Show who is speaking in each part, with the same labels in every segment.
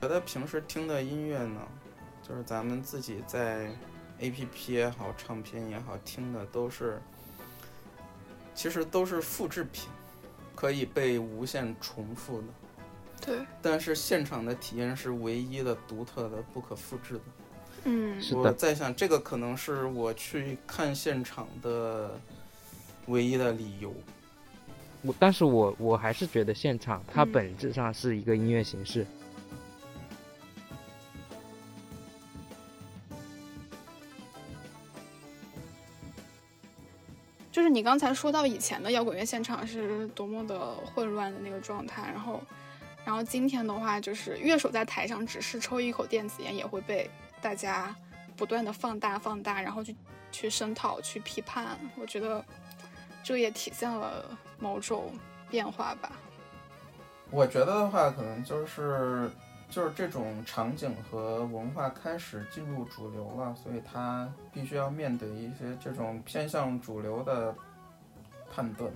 Speaker 1: 觉得平时听的音乐呢，就是咱们自己在 A P P 也好，唱片也好，听的都是，其实都是复制品，可以被无限重复的。
Speaker 2: 对，
Speaker 1: 但是现场的体验是唯一的、独特的、不可复制的。
Speaker 2: 嗯，
Speaker 3: 是
Speaker 1: 我
Speaker 3: 的，
Speaker 1: 在想，这个可能是我去看现场的唯一的理由。
Speaker 3: 我但是我我还是觉得现场它
Speaker 2: 嗯
Speaker 3: 本质上是一个音乐形式，
Speaker 2: 就是你刚才说到以前的摇滚乐现场是多么的混乱的那个状态，然后，然后今天的话，就是乐手在台上只是抽一口电子烟，也会被大家不断的放大放大，然后去去声讨、去批判。我觉得这个也体现了某种变化吧。
Speaker 1: 我觉得的话，可能就是就是这种场景和文化开始进入主流了，所以它必须要面对一些这种偏向主流的判断。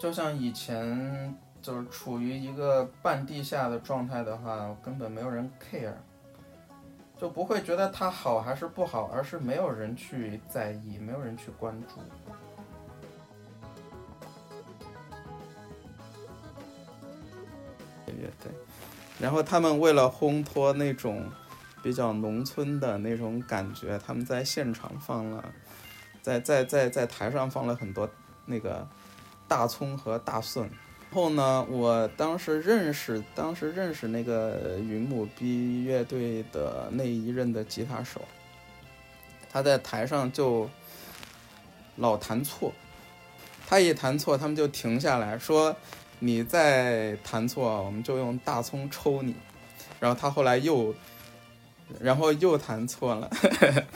Speaker 1: 就像以前就是处于一个半地下的状态的话，根本没有人 care，就不会觉得它好还是不好，而是没有人去在意，没有人去关注。乐队，然后他们为了烘托那种比较农村的那种感觉，他们在现场放了，在在在在台上放了很多那个大葱和大蒜。然后呢，我当时认识，当时认识那个云母 B 乐队的那一任的吉他手，他在台上就老弹错，他一弹错，他们就停下来说。你再弹错，我们就用大葱抽你。然后他后来又，然后又弹错 了，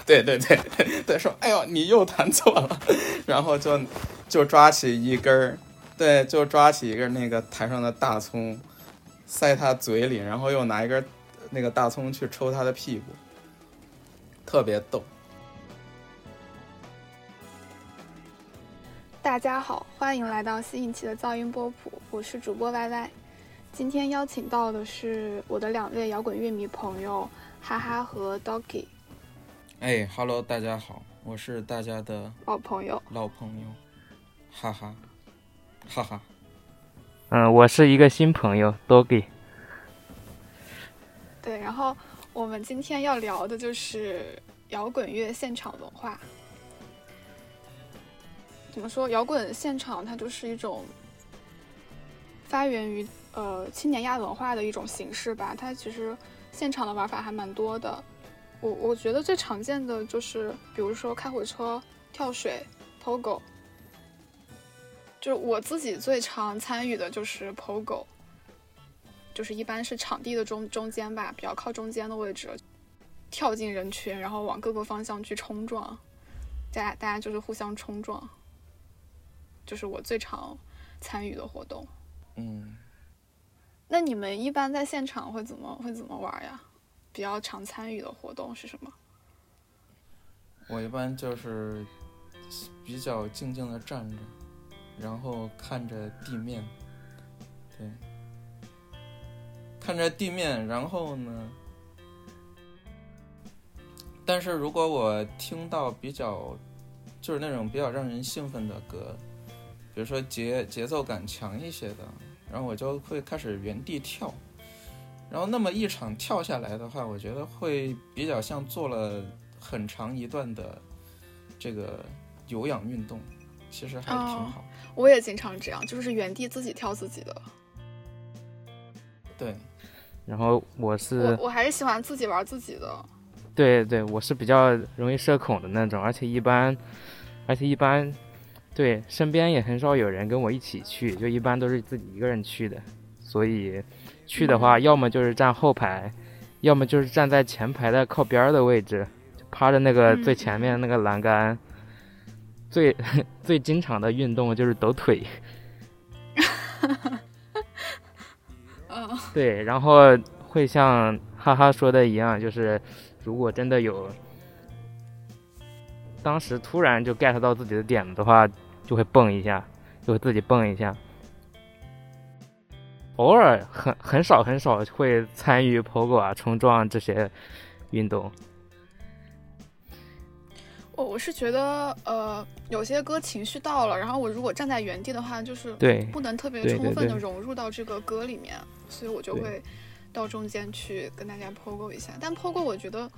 Speaker 1: 对对对对，说哎呦你又弹错了， 然后就就抓起一根儿，对，就抓起一根那个台上的大葱，塞他嘴里，然后又拿一根那个大葱去抽他的屁股，特别逗。
Speaker 2: 大家好，欢迎来到新一期的噪音波普，我是主播 Y Y。今天邀请到的是我的两位摇滚乐迷朋友哈哈和 Doggy
Speaker 1: 哎哈喽，大家好，我是大家的
Speaker 2: 老朋友。
Speaker 1: 老朋友，哈哈，哈哈。
Speaker 3: 嗯，我是一个新朋友 Doggy，
Speaker 2: 对，然后我们今天要聊的就是摇滚乐现场文化。怎么说？摇滚现场它就是一种发源于呃青年亚文化的一种形式吧。它其实现场的玩法还蛮多的。我我觉得最常见的就是，比如说开火车、跳水、POGO。就是我自己最常参与的就是 POGO。就是一般是场地的中中间吧，比较靠中间的位置，跳进人群，然后往各个方向去冲撞，大家大家就是互相冲撞，就是我最常参与的活动。
Speaker 1: 嗯，
Speaker 2: 那你们一般在现场会怎么会怎么玩呀？比较常参与的活动是什么？
Speaker 1: 我一般就是比较静静的站着，然后看着地面，对，看着地面，然后呢，但是如果我听到比较就是那种比较让人兴奋的歌，比如说节节奏感强一些的，然后我就会开始原地跳。然后那么一场跳下来的话，我觉得会比较像做了很长一段的这个有氧运动，其实还挺好。
Speaker 2: 我也经常这样，就是原地自己跳自己的。
Speaker 1: 对，
Speaker 3: 然后我是
Speaker 2: 我我还是喜欢自己玩自己的。
Speaker 3: 对对，我是比较容易社恐的那种，而且一般，而且一般，对身边也很少有人跟我一起去，就一般都是自己一个人去的。所以去的
Speaker 2: 嗯
Speaker 3: 话，要么就是站后排，要么就是站在前排的靠边儿的位置，就趴着那个
Speaker 2: 嗯
Speaker 3: 最前面那个栏杆。最 最经常的运动就是抖腿，
Speaker 2: 嗯，
Speaker 3: 对，然后会像哈哈说的一样，就是如果真的有，当时突然就 get 到自己的点了的话，就会蹦一下，就会自己蹦一下。偶尔很很少很少会参与 POGO 啊、冲撞这些运动。
Speaker 2: 我我是觉得，呃，有些歌情绪到了，然后我如果站在原地的话，就是
Speaker 3: 对
Speaker 2: 不能特别
Speaker 3: 对对
Speaker 2: 充分的
Speaker 3: 对
Speaker 2: 融入到这个歌里面，所以我就
Speaker 3: 对
Speaker 2: 会到中间去跟大家 POGO 一下。但 POGO 我觉得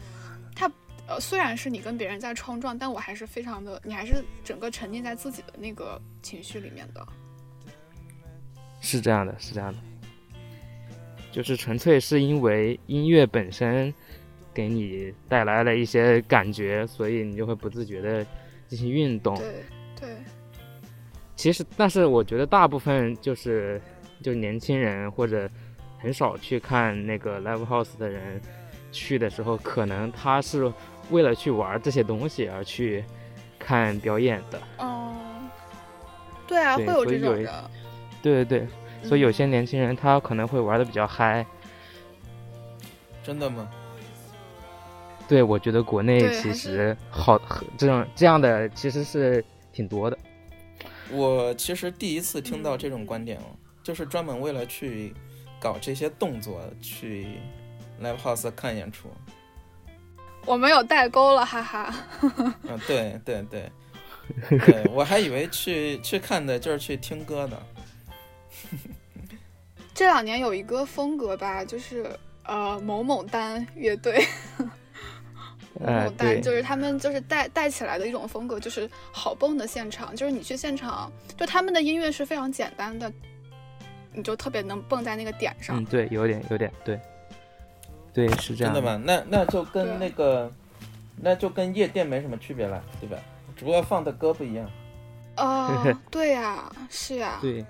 Speaker 2: 它呃虽然是你跟别人在冲撞，但我还是非常的，你还是整个沉浸在自己的那个情绪里面的。
Speaker 3: 哦是这样的，是这样的，就是纯粹是因为音乐本身给你带来了一些感觉，所以你就会不自觉的进行运动。
Speaker 2: 对对，
Speaker 3: 其实，但是我觉得大部分就是就年轻人或者很少去看那个 live house 的人去的时候，可能他是为了去玩这些东西而去看表演的。
Speaker 2: 嗯，对啊，
Speaker 3: 对
Speaker 2: 会有
Speaker 3: 所以
Speaker 2: 这种
Speaker 3: 有一
Speaker 2: 人。
Speaker 3: 对对对，所以有
Speaker 2: 嗯
Speaker 3: 些年轻人他可能会玩的比较嗨。
Speaker 1: 真的吗？
Speaker 3: 对，我觉得国内
Speaker 2: 对
Speaker 3: 其
Speaker 2: 还
Speaker 3: 实好这种这样的其实是挺多的。
Speaker 1: 我其实第一次听到这种观点哦，就是专门为了去搞这些动作去 live house 看演出。
Speaker 2: 我们有代沟了，哈哈。
Speaker 1: 嗯，对对对，对我还以为去去看的就是去听歌的。
Speaker 2: 这两年有一个风格吧，就是呃某某丹乐队，某
Speaker 3: 呃
Speaker 2: 某，丹
Speaker 3: 对，
Speaker 2: 嗯就是他们就是带带起来的一种风格，就是好蹦的现场，就是你去现场，就他们的音乐是非常简单的，你就特别能蹦在那个点上。
Speaker 3: 嗯，对，有点有点对，对是这
Speaker 1: 真
Speaker 3: 样
Speaker 1: 的吗？那那就
Speaker 2: 对
Speaker 1: 跟那个，那就跟夜店没什么区别了，对吧？只不过放的歌不一样。
Speaker 2: 呃，对呀、是呀、
Speaker 3: 嗯对，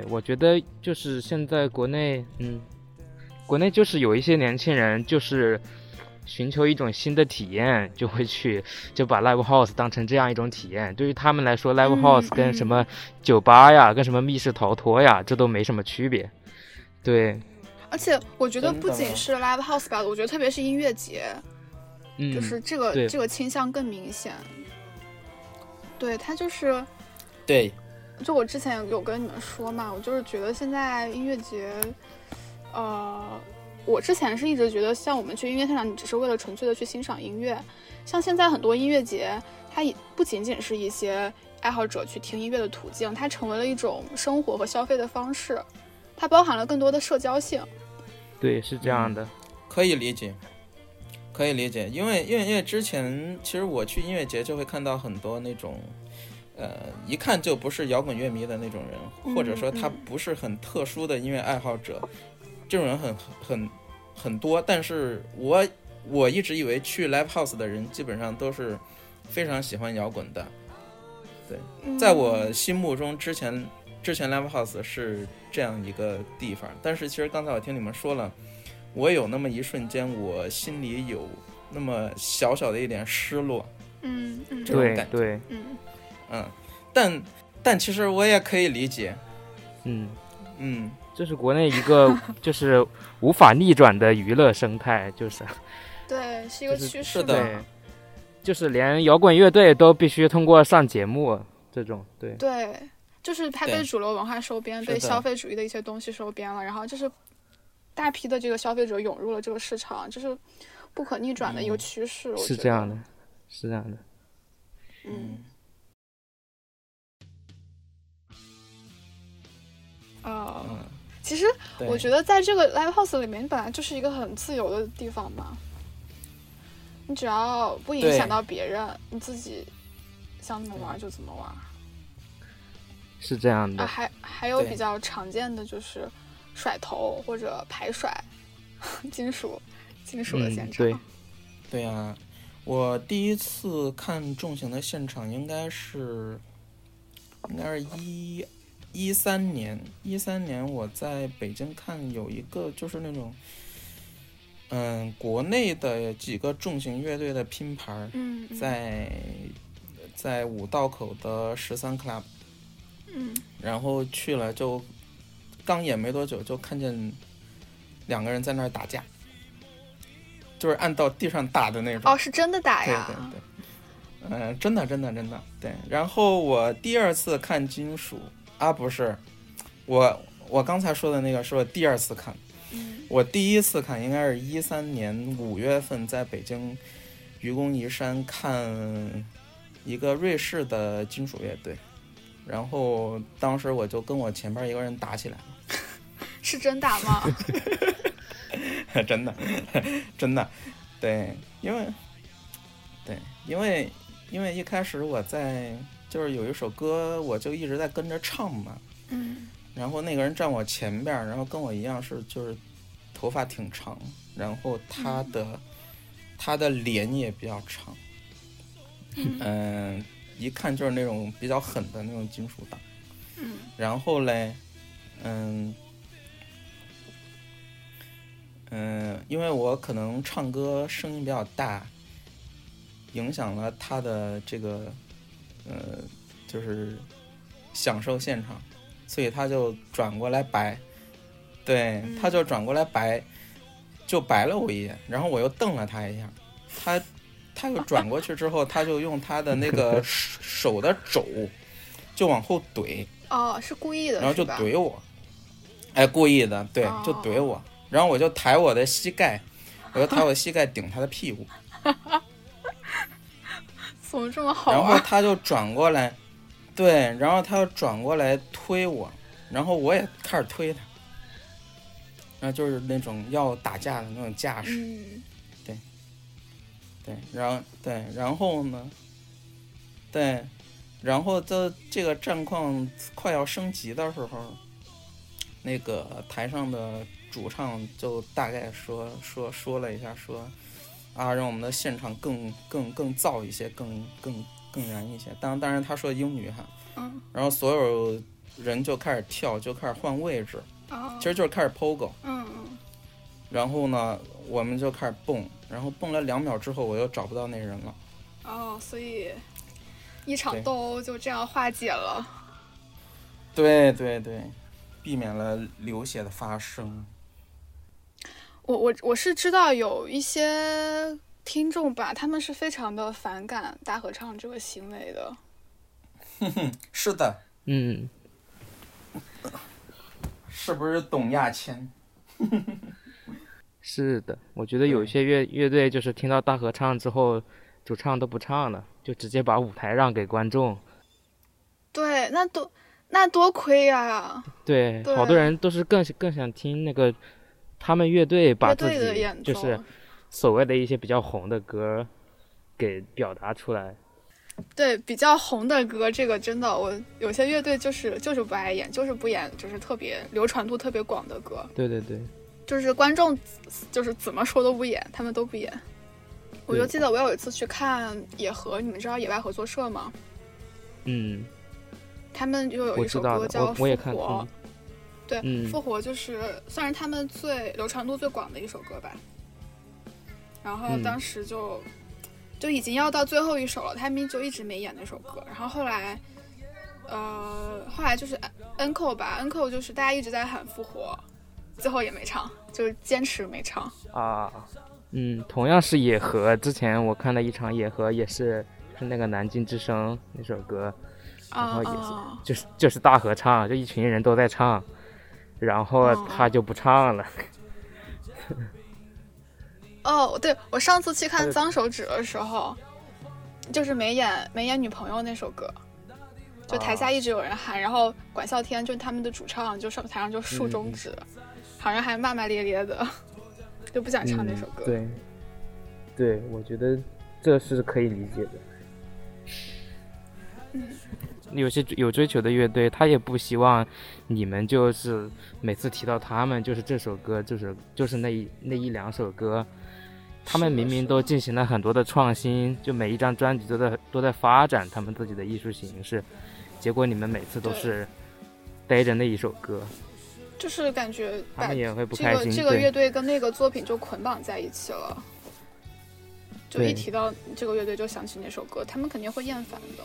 Speaker 3: 对，我觉得就是现在国内，嗯，国内就是有一些年轻人就是寻求一种新的体验，就会去就把 live house 当成这样一种体验。对于他们来说，live
Speaker 2: 嗯
Speaker 3: house 跟什么酒吧呀，跟什么密室逃脱呀，这都没什么区别。对，
Speaker 2: 而且我觉得
Speaker 1: 真的
Speaker 2: 不仅
Speaker 1: 吗
Speaker 2: 是 live house 吧，我觉得特别是音乐节，
Speaker 3: 嗯，
Speaker 2: 就是这个
Speaker 3: 对
Speaker 2: 这个倾向更明显。对，它就是
Speaker 1: 对，
Speaker 2: 就我之前有有跟你们说嘛，我就是觉得现在音乐节，呃，我之前是一直觉得像我们去音乐现场，你只是为了纯粹的去欣赏音乐，像现在很多音乐节，它也不仅仅是一些爱好者去听音乐的途径，它成为了一种生活和消费的方式，它包含了更多的社交性。
Speaker 3: 对，是
Speaker 2: 嗯
Speaker 3: 这样的。
Speaker 1: 可以理解，可以理解，因为因为因为之前其实我去音乐节就会看到很多那种，呃，一看就不是摇滚乐迷的那种人，
Speaker 2: 嗯
Speaker 1: 或者说他
Speaker 2: 嗯
Speaker 1: 不是很特殊的音乐爱好者，这种人很很很多。但是我我一直以为去 live house 的人基本上都是非常喜欢摇滚的，
Speaker 2: 嗯
Speaker 1: 在我心目中，之前之前 Live House 是这样一个地方，但是其实刚才我听你们说了，我有那么一瞬间，我心里有那么小小的一点失落，
Speaker 2: 嗯嗯
Speaker 1: 这种
Speaker 3: 对
Speaker 1: 感觉
Speaker 3: 对，
Speaker 2: 嗯，
Speaker 1: 嗯，但但其实我也可以理解，
Speaker 3: 嗯。
Speaker 1: 嗯，
Speaker 3: 这是国内一 个就是无法逆转的娱乐生态，就是
Speaker 2: 对，是一个
Speaker 3: 就是
Speaker 2: 趋势
Speaker 1: 是的
Speaker 3: 对，就是连摇滚乐队都必须通过上节目这种，对
Speaker 2: 对，就是它
Speaker 1: 对
Speaker 2: 被主流文化收编，
Speaker 1: 是
Speaker 2: 被
Speaker 1: 的
Speaker 2: 消费主义的一些东西收编了，然后就是大批的这个消费者涌入了这个市场，这是不可逆转的一个
Speaker 1: 嗯
Speaker 2: 趋势。我
Speaker 3: 是
Speaker 2: 觉
Speaker 3: 这
Speaker 2: 得
Speaker 3: 样的，，是这样的。
Speaker 2: 嗯，呃，
Speaker 1: 嗯，
Speaker 2: 其实
Speaker 1: 对，
Speaker 2: 我觉得在这个 live house 里面，本来就是一个很自由的地方嘛，你只要不影响
Speaker 1: 对
Speaker 2: 到别人，你自己想怎么玩就怎么玩。
Speaker 3: 是这样
Speaker 2: 啊，
Speaker 3: 的，
Speaker 2: 还还有
Speaker 1: 嗯对
Speaker 2: 比较常见的就是甩头或者排甩， 金属金属的
Speaker 3: 嗯
Speaker 2: 现场。
Speaker 3: 对
Speaker 1: 对呀、我第一次看重型的现场应该是，应该是一一三年，一三年我在北京看有一个就是那种，嗯，国内的几个重型乐队的拼盘儿
Speaker 2: 嗯，嗯
Speaker 1: 在在五道口的十三 club，
Speaker 2: 嗯
Speaker 1: 然后去了就刚演没多久就看见两个人在那儿打架，就是按到地上打的那种。
Speaker 2: 哦，是真的打
Speaker 1: 对
Speaker 2: 呀
Speaker 1: 对，对，嗯、真的真的真的对。然后我第二次看金属啊，不是，我我刚才说的那个是我第二次看，
Speaker 2: 嗯
Speaker 1: 我第一次看应该是一三年五月份在北京愚公移山看一个瑞士的金属乐队，然后当时我就跟我前边一个人打起来 了。
Speaker 2: 是真打 吗？
Speaker 1: 真的， 真的，对，因为，对，因为，因为一开始我在就是有一首歌，我就一直在跟着唱嘛，
Speaker 2: 嗯
Speaker 1: 然后那个人站我前边儿，然后跟我一样是就是头发挺长，然后他的、他的脸也比较长，
Speaker 2: 嗯
Speaker 1: 嗯、一看就是那种比较狠的那种金属党。
Speaker 2: 嗯
Speaker 1: 然后嘞，嗯，嗯，因为我可能唱歌声音比较大，影响了他的这个，呃，就是享受现场，所以他就转过来白，对，
Speaker 2: 嗯
Speaker 1: 他就转过来白，就白了我一眼，然后我又瞪了他一下，他。他又转过去之后，他就用他的那个手手的肘，就往后怼，
Speaker 2: 哦，是故意的，
Speaker 1: 然后就是
Speaker 2: 吧哦
Speaker 1: 怼我，哎，故意的，对，就怼我，然后我就抬我的膝盖，我就抬我的膝盖顶他的屁股，
Speaker 2: 怎么这么好啊
Speaker 1: 然后
Speaker 2: 玩？
Speaker 1: 他就转过来，对，然后他又转过来推我，然后我也开始推他，然后就是那种要打架的那种架势，
Speaker 2: 嗯
Speaker 1: 对，然后对，然后呢，对，然后这这个战况快要升级的时候，那个台上的主唱就大概说说说了一下说，啊，让我们的现场更更更燥一些，更更更燃一些。当当然他说英语哈，
Speaker 2: 嗯
Speaker 1: 然后所有人就开始跳，就开始换位置，
Speaker 2: 哦，
Speaker 1: 其实就是开始 POGO。
Speaker 2: 嗯嗯
Speaker 1: 然后呢，我们就开始蹦，然后蹦了两秒之后，我又找不到那人了。
Speaker 2: 哦，所以一
Speaker 1: 对
Speaker 2: 场斗殴就这样化解了。
Speaker 1: 对对对，避免了流血的发生。
Speaker 2: 我我我是知道有一些听众吧，他们是非常的反感大合唱这个行为的。
Speaker 1: 是的，
Speaker 3: 嗯，
Speaker 1: 是不是董亚千？
Speaker 3: 是的，我觉得有一些乐乐队就是听到大合唱之后，主唱都不唱了，就直接把舞台让给观众。
Speaker 2: 对，那多那多亏啊呀、
Speaker 3: 对，
Speaker 2: 对
Speaker 3: 好多人都是更更想听那个他们乐队把
Speaker 2: 乐
Speaker 3: 自
Speaker 2: 队的
Speaker 3: 己
Speaker 2: 演奏。
Speaker 3: 就是所谓的一些比较红的歌给表达出来。
Speaker 2: 对比较红的歌，这个真的，我有些乐队就是就是不爱演，就是不演，就是特别流传度特别广的歌，
Speaker 3: 对对对，
Speaker 2: 就是观众就是怎么说都不演，他们都不演。我就记得我有一次去看野合，你们知道野外合作社吗？
Speaker 3: 嗯，
Speaker 2: 他们就有
Speaker 3: 我
Speaker 2: 一
Speaker 3: 知
Speaker 2: 首
Speaker 3: 道
Speaker 2: 歌
Speaker 3: 的，
Speaker 2: 叫《
Speaker 3: 我
Speaker 2: 复
Speaker 3: 我也看
Speaker 2: 活
Speaker 3: 过》，。
Speaker 2: 对，
Speaker 3: 嗯
Speaker 2: 复活》就是算是他们最流传度最广的一首歌吧。然后
Speaker 3: 嗯
Speaker 2: 当时就、就已经要到最后一首了，他们就一直没演那首歌。然后后来，呃，后来就是 N c o 吧，N c o 就是大家一直在喊复活，最后也没唱，就是坚持没唱。
Speaker 3: 啊，嗯，同样是野合，之前我看了一场野合，也是是那个南京之声那首歌，然
Speaker 2: 啊
Speaker 3: 后也是
Speaker 2: 啊！
Speaker 3: 就是就是大合唱，就一群人都在唱，然后
Speaker 2: 哦
Speaker 3: 他就不唱了。
Speaker 2: 哦，对我上次去
Speaker 3: 他
Speaker 2: 看
Speaker 3: 就
Speaker 2: 《脏手指》的时候，就是没演没演女朋友那首歌，就台下
Speaker 3: 啊
Speaker 2: 一直有人喊，然后管笑天就是他们的主唱，就上台上就竖
Speaker 3: 嗯
Speaker 2: 中指，好像还骂骂咧咧的，就不想唱那首歌。
Speaker 3: 嗯。对，对，我觉得这是可以理解的。嗯有些有追求的乐队，他也不希望你们就是每次提到他们，就是这首歌，就是就是那一那一两首歌，他
Speaker 2: 是
Speaker 3: 们
Speaker 2: 的
Speaker 3: 明明
Speaker 2: 是
Speaker 3: 都
Speaker 2: 的
Speaker 3: 进行了很多的创新，就每一张专辑都在都在发展他们自己的艺术形式，结果你们每次都
Speaker 2: 对
Speaker 3: 是逮着那一首歌，
Speaker 2: 就是感觉
Speaker 3: 他
Speaker 2: 把
Speaker 3: 们也会不
Speaker 2: 这
Speaker 3: 开
Speaker 2: 个
Speaker 3: 心。
Speaker 2: 这个
Speaker 3: 对
Speaker 2: 乐队跟那个作品就捆绑在一起了。就
Speaker 3: 对
Speaker 2: 一提到这个乐队，就想起那首歌，他们肯定会厌烦的。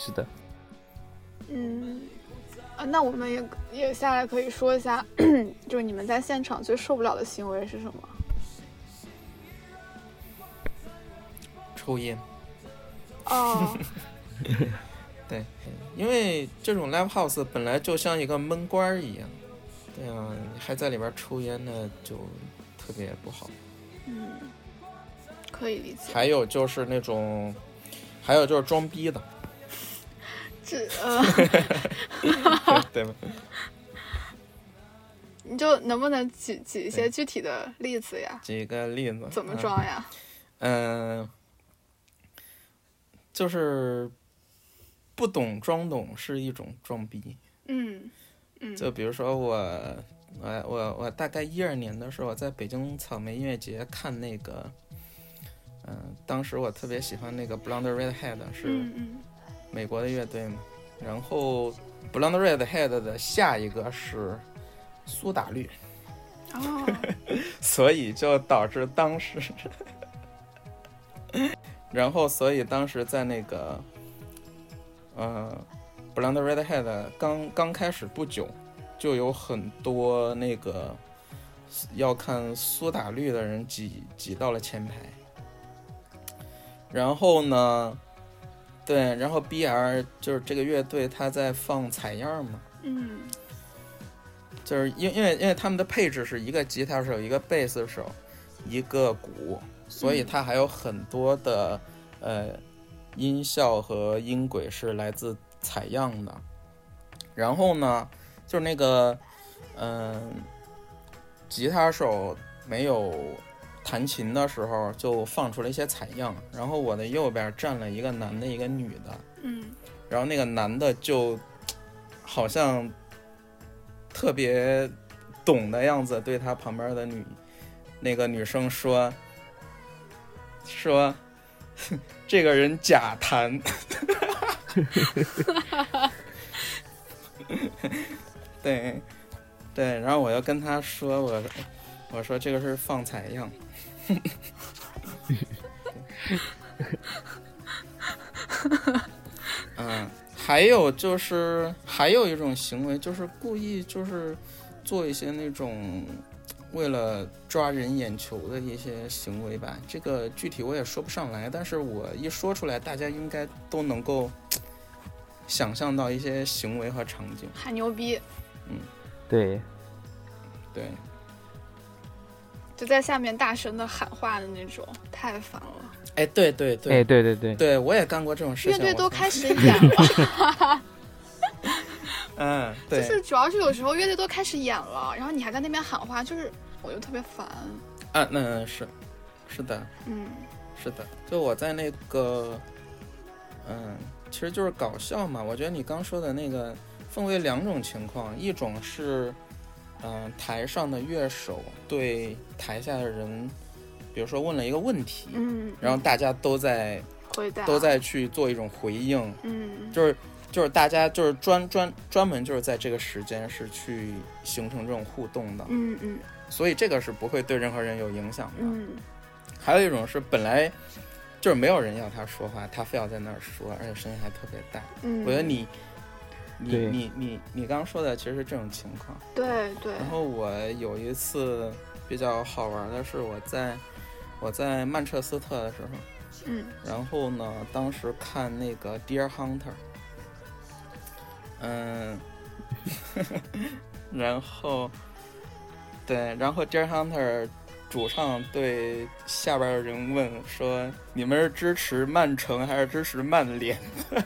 Speaker 3: 是的，
Speaker 2: 嗯，啊，那我们也也下来可以说一下，就是你们在现场最受不了的行为是什么？
Speaker 1: 抽烟，
Speaker 2: 哦，
Speaker 1: 对，因为这种 live house 本来就像一个闷官儿一样，对啊，你还在里边抽烟呢，就特别不好。
Speaker 2: 嗯，可以理解。
Speaker 1: 还有就是那种，还有就是装逼的，
Speaker 2: 这呃，
Speaker 1: 对吧？
Speaker 2: 你就能不能举举一些具体的例子呀？
Speaker 1: 举个例子，
Speaker 2: 怎么
Speaker 1: 嗯
Speaker 2: 装呀？
Speaker 1: 嗯、就是不懂装懂是一种装逼。
Speaker 2: 嗯嗯
Speaker 1: 就比如说我，我我我大概一二年的时候，在北京草莓音乐节看那个，嗯、当时我特别喜欢那个 Blonde Redhead，是
Speaker 2: 嗯嗯
Speaker 1: 美国的乐队嘛。然后 Blonde Redhead 的下一个是苏打绿，
Speaker 2: 哦，
Speaker 1: 所以就导致当时，然后所以当时在那个，呃，Blonde Redhead 刚刚开始不久，就有很多那个要看苏打绿的人挤挤到了前排。然后呢，对，然后 BR 就是这个乐队，他在放采样嘛。
Speaker 2: 嗯
Speaker 1: 就是因因为因为他们的配置是一个吉他手、一个贝斯手、一个鼓，所以它还有很多的、呃音效和音轨是来自采样的。然后呢，就是那个嗯、吉他手没有弹琴的时候，就放出了一些采样。然后我的右边站了一个男的，一个女的，
Speaker 2: 嗯
Speaker 1: 然后那个男的就好像特别懂的样子，对他旁边的女那个女生说说这个人假弹， 对对，然后我又跟他说我我说这个是放采样，嗯，还有就是还有一种行为，就是故意就是做一些那种为了抓人眼球的一些行为吧。这个具体我也说不上来，但是我一说出来，大家应该都能够想象到一些行为和场景。
Speaker 2: 还牛逼，
Speaker 3: 对，
Speaker 1: 对，
Speaker 2: 就在下面大声的喊话的那种，太烦了。
Speaker 1: 哎，对对对，
Speaker 3: 哎，对对对，
Speaker 1: 对我也干过这种事情。
Speaker 2: 乐队
Speaker 1: 我
Speaker 2: 都
Speaker 1: 操
Speaker 2: 开始演了，
Speaker 1: 嗯，
Speaker 2: 就
Speaker 1: 对，
Speaker 2: 是主要是有时候乐队都开始演了，然后你还在那边喊话，就是我就特别烦。
Speaker 1: 啊，那是是的，
Speaker 2: 嗯
Speaker 1: 是的，就我在那个，嗯，其实就是搞笑嘛。我觉得你刚说的那个分为两种情况，一种是，嗯、台上的乐手对台下的人，比如说问了一个问题，
Speaker 2: 嗯，
Speaker 1: 然后大家都在
Speaker 2: 回答
Speaker 1: 都在去做一种回应，
Speaker 2: 嗯
Speaker 1: 就是就是大家就是专专专门就是在这个时间是去形成这种互动的，
Speaker 2: 嗯嗯
Speaker 1: 所以这个是不会对任何人有影响的。
Speaker 2: 嗯
Speaker 1: 还有一种是本来就是没有人要他说话，他非要在那儿说，而且声音还特别大。
Speaker 2: 嗯，
Speaker 1: 我觉得你，你
Speaker 3: 对
Speaker 1: 你你你刚刚说的其实是这种情况。
Speaker 2: 对对，
Speaker 1: 然后我有一次比较好玩的是，我在我在曼彻斯特的时候，
Speaker 2: 嗯
Speaker 1: 然后呢，当时看那个《Deer Hunter》，嗯， 然后对，然后《Deer Hunter》主唱对下边的人问说：“你们是支持曼城还是支持曼联？”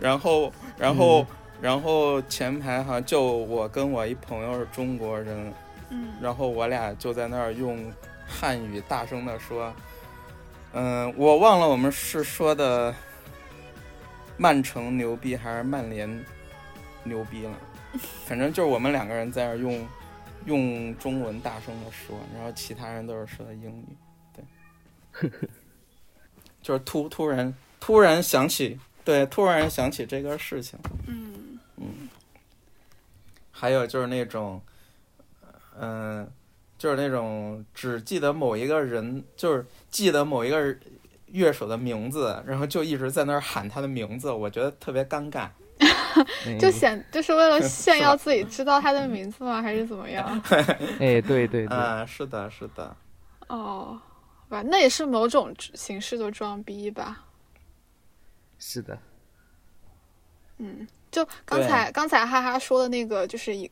Speaker 1: 然后，然后，然后前排哈，就我跟我一朋友是中国人，
Speaker 2: 嗯
Speaker 1: 然后我俩就在那儿用汉语大声的说：“嗯、我忘了我们是说的曼城牛逼还是曼联牛逼了，反正就是我们两个人在那儿用用中文大声的说，然后其他人都是说的英语。对，就是突突然突然想起，对，突然想起这个事情。”
Speaker 2: 嗯
Speaker 1: 还有就是那种，嗯、就是那种只记得某一个人，就是记得某一个人乐手的名字，然后就一直在那儿喊他的名字，我觉得特别尴尬。
Speaker 3: 哎
Speaker 2: 就显就是为了炫
Speaker 1: 是
Speaker 2: 耀
Speaker 1: 吧
Speaker 2: 自己知道他的名字吗？还是怎 么样？
Speaker 3: 哎，对对对，
Speaker 1: 嗯、是的，是的，
Speaker 2: 哦，好吧，那也是某种形式的装逼吧。
Speaker 3: 是的，
Speaker 2: 嗯，就刚才刚才哈哈说的那个，就是一，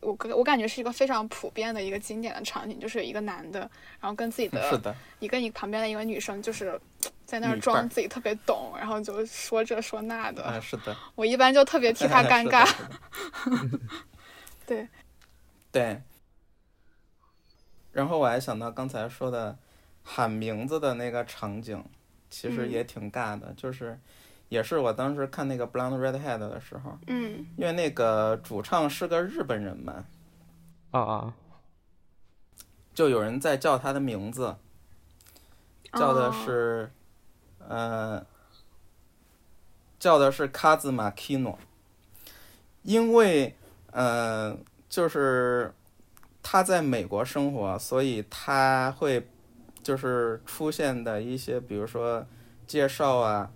Speaker 2: 我感我感觉是一个非常普遍的一个经典的场景，就是一个男的，然后跟自己
Speaker 1: 是
Speaker 2: 的，
Speaker 1: 的，
Speaker 2: 你跟你旁边的一个女生，就是在那儿
Speaker 1: 女伴
Speaker 2: 装
Speaker 1: 儿
Speaker 2: 自己特别懂，然后就说这说那的。
Speaker 1: 啊，是的，
Speaker 2: 我一般就特别替他尴
Speaker 1: 是的
Speaker 2: 尬。
Speaker 1: 是的
Speaker 2: 对，
Speaker 1: 对。然后我还想到刚才说的喊名字的那个场景，其实
Speaker 2: 嗯
Speaker 1: 也挺尬的，就是也是我当时看那个《Blonde Redhead》的时候，
Speaker 2: 嗯
Speaker 1: 因为那个主唱是个日本人嘛，
Speaker 3: 啊啊，
Speaker 1: 就有人在叫他的名字，叫的是、呃，叫的是卡兹马基诺，因为呃，就是他在美国生活，所以他会就是出现的一些，比如说介绍啊。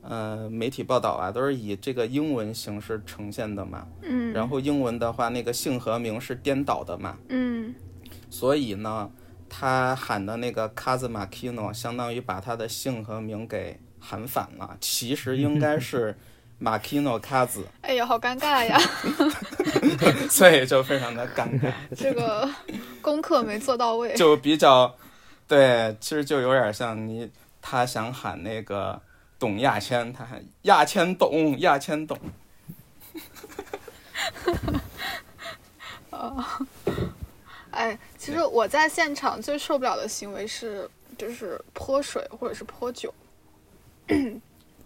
Speaker 1: 呃，媒体报道啊，都是以这个英文形式呈现的嘛。
Speaker 2: 嗯
Speaker 1: 然后英文的话，那个姓和名是颠倒的嘛。
Speaker 2: 嗯
Speaker 1: 所以呢，他喊的那个卡兹马基诺，相当于把他的姓和名给喊反了。其实应该 是马基诺卡兹，
Speaker 2: 哎呀，好尴 尬呀！
Speaker 1: 所以就非常的尴 尬，
Speaker 2: 这个功课没做到位。
Speaker 1: 就比较，对，其实就有点像你他想喊那个董亚千，他喊亚千董，亚千董，
Speaker 2: 哎，其实我在现场最受不了的行为是，就是泼水或者是泼酒，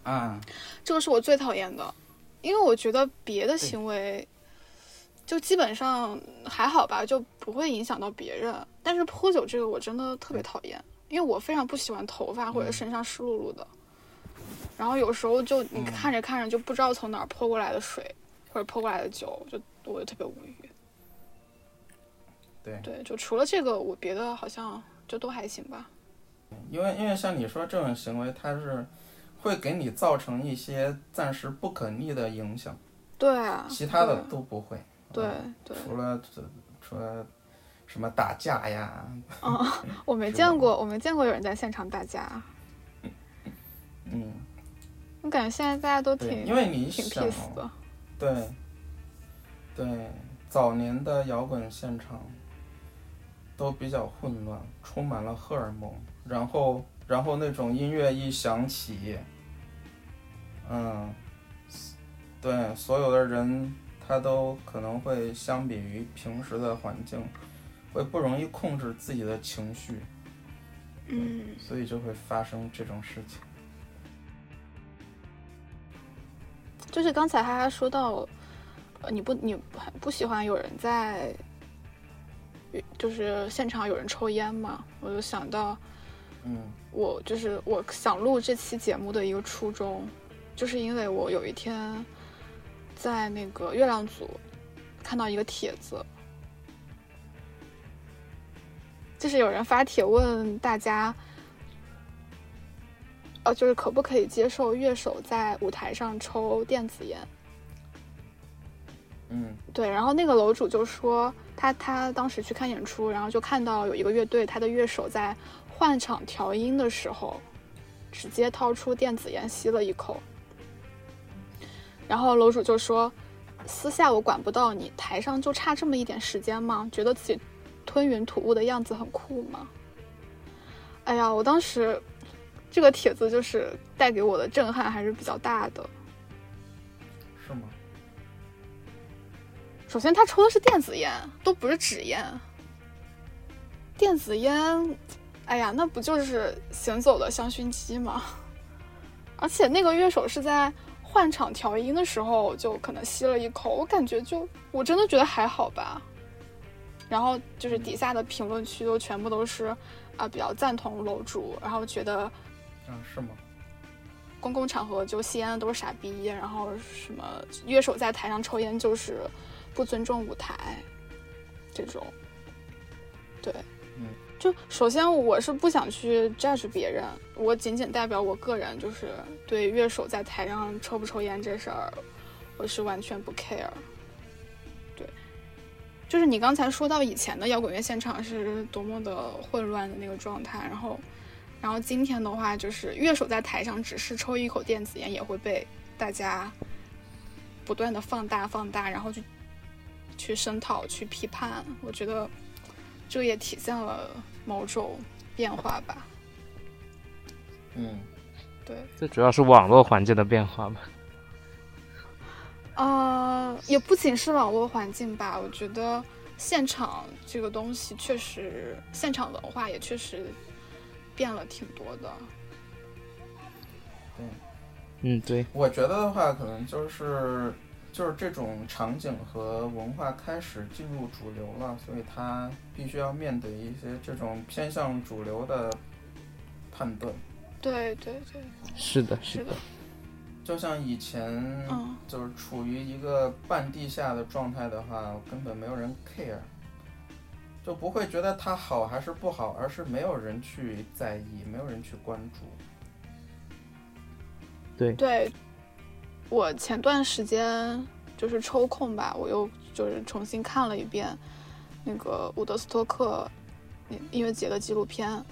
Speaker 1: 啊，
Speaker 2: 这个是我最讨厌的，因为我觉得别的行为就基本上还好吧，就不会影响到别人。但是泼酒这个我真的
Speaker 1: 嗯
Speaker 2: 特别讨厌，因为我非常不喜欢头发或者身上湿漉漉的，然后有时候就
Speaker 1: 嗯
Speaker 2: 你看着看着就不知道从哪儿泼过来的水或者泼过来的酒，就我就特别无语。
Speaker 1: 对
Speaker 2: 对，就除了这个，我别的好像就都还行吧。
Speaker 1: 因为因为像你说这种行为，它是会给你造成一些暂时不可逆的影响，
Speaker 2: 对啊，
Speaker 1: 其他的都嗯不会。
Speaker 2: 对对，对
Speaker 1: 除了除了什么打架呀，
Speaker 2: 我没
Speaker 1: 是
Speaker 2: 见
Speaker 1: 吗
Speaker 2: 过，我没见过有人在现场打架。啊
Speaker 1: 嗯，
Speaker 2: 我感觉现在大家都
Speaker 1: 对，
Speaker 2: 挺
Speaker 1: 因为你
Speaker 2: 挺
Speaker 1: 想，
Speaker 2: peace 的，
Speaker 1: 对对，早年的摇滚现场都比较混乱，充满了荷尔蒙，然后然后那种音乐一响起，嗯，对，所有的人他都可能会相比于平时的环境，会不容易控制自己的情绪，
Speaker 2: 嗯，
Speaker 1: 所以就会发生这种事情。
Speaker 2: 就是刚才哈哈说到，呃，你不你不喜欢有人在，呃就是现场有人抽烟嘛，我就想到
Speaker 1: 嗯。
Speaker 2: 我就是我想录这期节目的一个初衷，就是因为我有一天在那个月亮组看到一个帖子，就是有人发帖问大家，呃，就是可不可以接受乐手在舞台上抽电子烟？
Speaker 1: 嗯
Speaker 2: 对，然后那个楼主就说他他当时去看演出，然后就看到有一个乐队，他的乐手在换场调音的时候，直接掏出电子烟吸了一口。然后楼主就说：“私下我管不到你，台上就差这么一点时间吗？觉得自己吞云吐雾的样子很酷吗？”哎呀，我当时这个帖子就是带给我的震撼还是比较大的。，
Speaker 1: 是吗？
Speaker 2: 首先，他抽的是电子烟，都不是纸烟。电子烟，哎呀，那不就是行走的香薰机吗？ 而且那个乐手是在换场调音的时候就可能吸了一口，我感觉就我真的觉得还好吧。然后就是底下的评论区都全部都是啊比较赞同楼主，然后觉得
Speaker 1: 啊，是吗？
Speaker 2: 公共场合就吸烟的都是傻逼，然后什么乐手在台上抽烟就是不尊重舞台，这种，对，
Speaker 1: 嗯，
Speaker 2: 就首先我是不想去 judge 别人，我仅仅代表我个人，就是对乐手在台上抽不抽烟这事儿，我是完全不 care，对，就是你刚才说到以前的摇滚乐现场是多么的混乱的那个状态，然后然后今天的话，就是乐手在台上只是抽一口电子烟也会被大家不断的放大放大，然后去去声讨、去批判，我觉得这也体现了某种变化吧。
Speaker 1: 嗯，
Speaker 2: 对，
Speaker 3: 这主要是网络环境的变化吧。
Speaker 2: 呃，也不仅是网络环境吧，我觉得现场这个东西确实，现场文化也确实变了挺多的。
Speaker 3: 嗯，对，
Speaker 1: 我觉得的话，可能就是就是这种场景和文化开始进入主流了，所以它必须要面对一些这种偏向主流的判断。
Speaker 2: 对对对，
Speaker 3: 是的，
Speaker 2: 是的，
Speaker 1: 就像以前，
Speaker 2: 嗯
Speaker 1: 就是处于一个半地下的状态的话，根本没有人 care，就不会觉得它好还是不好，而是没有人去在意，没有人去关注。
Speaker 2: 对。我前段时间就是抽空吧，我又就是重新看了一遍那个伍德斯托克音乐节的纪录片。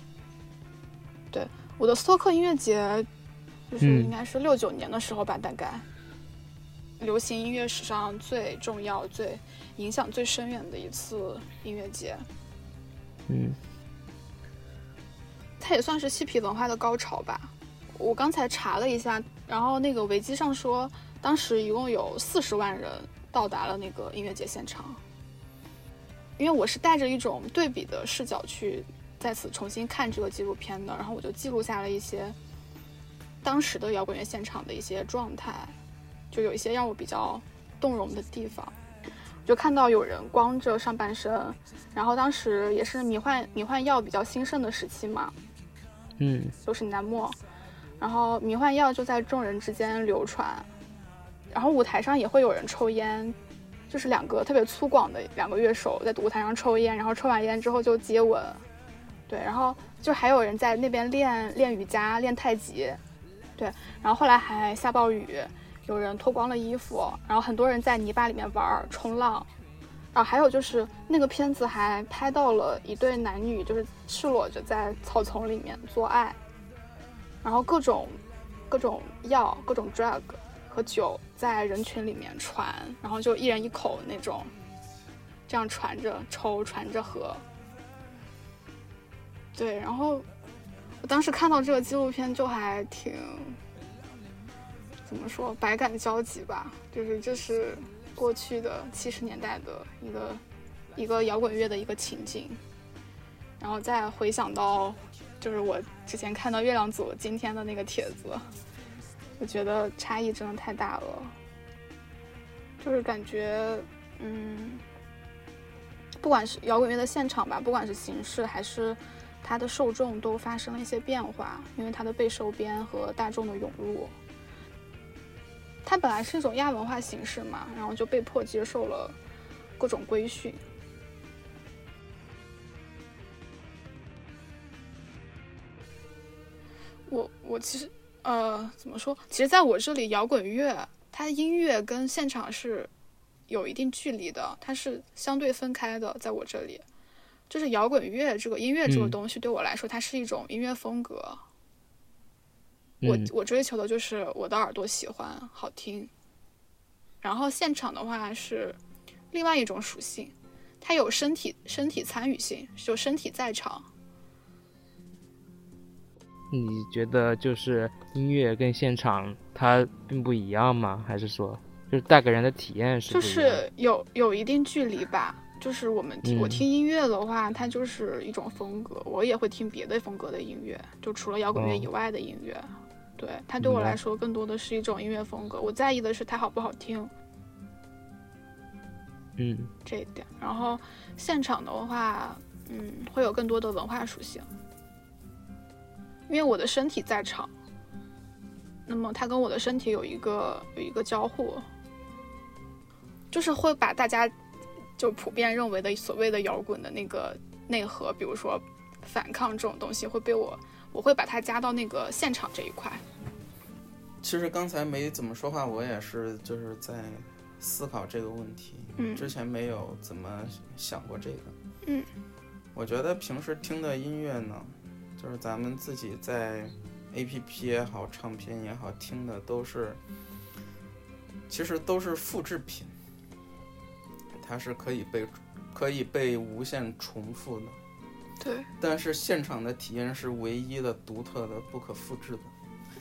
Speaker 2: 对，伍德斯托克音乐节就是
Speaker 3: 嗯
Speaker 2: 应该是六九年的时候吧，大概流行音乐史上最重要、最影响最深远的一次音乐节。
Speaker 3: 嗯
Speaker 2: 它也算是嬉皮文化的高潮吧。我刚才查了一下，然后那个维基上说，当时一共有四十万人到达了那个音乐节现场。因为我是带着一种对比的视角去再次重新看这个纪录片的，然后我就记录下了一些当时的摇滚乐现场的一些状态，就有一些让我比较动容的地方。就看到有人光着上半身，然后当时也是迷幻迷幻药比较兴盛的时期嘛，
Speaker 3: 嗯
Speaker 2: 就是南莫，然后迷幻药就在众人之间流传，然后舞台上也会有人抽烟，就是两个特别粗犷的两个乐手在舞台上抽烟，然后抽完烟之后就接吻，对，然后就还有人在那边练练瑜伽、练太极，对，然后后来还下暴雨，有人脱光了衣服，然后很多人在泥巴里面玩儿冲浪。啊，还有就是那个片子还拍到了一对男女，就是赤裸着在草丛里面做爱，然后各种各种药、各种 drug 和酒在人群里面传，然后就一人一口那种，这样传着抽，传着喝。对，然后我当时看到这个纪录片就还挺怎么说百感交集吧，就是这是过去的七十年代的一个一个摇滚乐的一个情景，然后再回想到就是我之前看到月亮组今天的那个帖子，我觉得差异真的太大了，就是感觉，嗯，不管是摇滚乐的现场吧，不管是形式还是它的受众，都发生了一些变化，因为它的被收编和大众的涌入。它本来是一种亚文化形式嘛，然后就被迫接受了各种规训。我我其实呃怎么说？其实在我这里，摇滚乐它的音乐跟现场是有一定距离的，它是相对分开的。在我这里，就是摇滚乐这个音乐这个
Speaker 3: 嗯
Speaker 2: 东西对我来说，它是一种音乐风格。我
Speaker 3: 嗯
Speaker 2: 我追求的就是我的耳朵喜欢好听，然后现场的话是另外一种属性，它有身体身体参与性，就身体在场。
Speaker 3: 你觉得就是音乐跟现场它并不一样吗？还是说就是带给人的体验是
Speaker 2: 就
Speaker 3: 不一样的？
Speaker 2: 是有有一定距离吧。就是我们听、我
Speaker 3: 嗯
Speaker 2: 听音乐的话，它就是一种风格，我也会听别的风格的音乐，就除了摇滚乐
Speaker 3: 哦
Speaker 2: 以外的音乐。对它对我
Speaker 3: 明白
Speaker 2: 来说更多的是一种音乐风格，我在意的是它好不好听
Speaker 3: 嗯
Speaker 2: 这一点。然后现场的话，嗯，会有更多的文化属性，因为我的身体在场，那么它跟我的身体有一个有一个交互，就是会把大家就普遍认为的所谓的摇滚的那个内核，比如说反抗这种东西，会被我我会把它加到那个现场这一块。
Speaker 1: 其实刚才没怎么说话，我也是就是在思考这个问题，
Speaker 2: 嗯
Speaker 1: 之前没有怎么想过这个。
Speaker 2: 嗯，
Speaker 1: 我觉得平时听的音乐呢，就是咱们自己在 A P P 也好，唱片也好听的都是其实都是复制品，它是可以被可以被无限重复的。
Speaker 2: 对，
Speaker 1: 但是现场的体验是唯一的、独特的、不可复制的。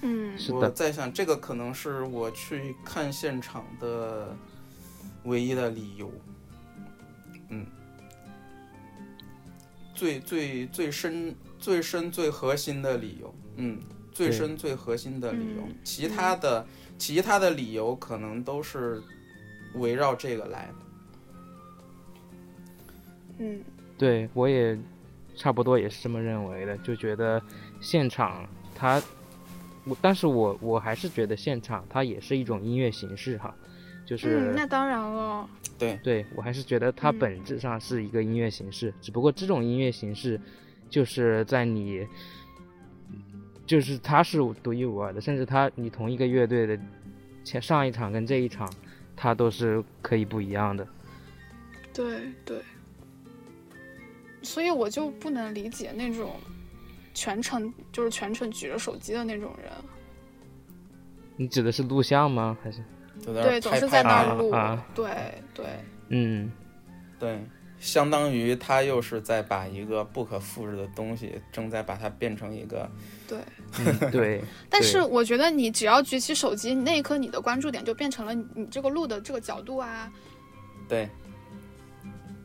Speaker 2: 嗯，
Speaker 3: 是
Speaker 1: 我
Speaker 3: 的
Speaker 1: 在想，这个可能是我去看现场的唯一的理由。嗯，最最最深、最深、最核心的理由。嗯，最
Speaker 3: 对
Speaker 1: 深、最核心的理由
Speaker 2: 嗯。
Speaker 1: 其他的、其他的理由可能都是围绕这个来的。
Speaker 2: 嗯，
Speaker 3: 对我也差不多也是这么认为的，就觉得现场它，我但是我我还是觉得现场它也是一种音乐形式哈，就是、
Speaker 2: 嗯，那当然了，
Speaker 1: 对，
Speaker 3: 对我还是觉得它
Speaker 2: 嗯
Speaker 3: 本质上是一个音乐形式，只不过这种音乐形式就是在你，就是它是独一无二的，甚至它你同一个乐队的前上一场跟这一场，它都是可以不一样的。
Speaker 2: 对对，所以我就不能理解那种全程就是全程举着手机的那种人，
Speaker 3: 你指的是录像吗？还是
Speaker 1: 就在那
Speaker 2: 对，
Speaker 1: 儿
Speaker 2: 总
Speaker 1: 拍
Speaker 2: 是
Speaker 1: 拍
Speaker 2: 在那
Speaker 1: 拍
Speaker 2: 儿录，
Speaker 3: 啊
Speaker 2: 对对，
Speaker 3: 嗯，
Speaker 1: 对，相当于他又是在把一个不可复制的东西，正在把它变成一个
Speaker 3: 嗯 对。
Speaker 2: 但
Speaker 3: 对
Speaker 2: 是我觉得你只要举起手机，那一刻你的关注点就变成了你你这个录的这个角度啊，
Speaker 1: 对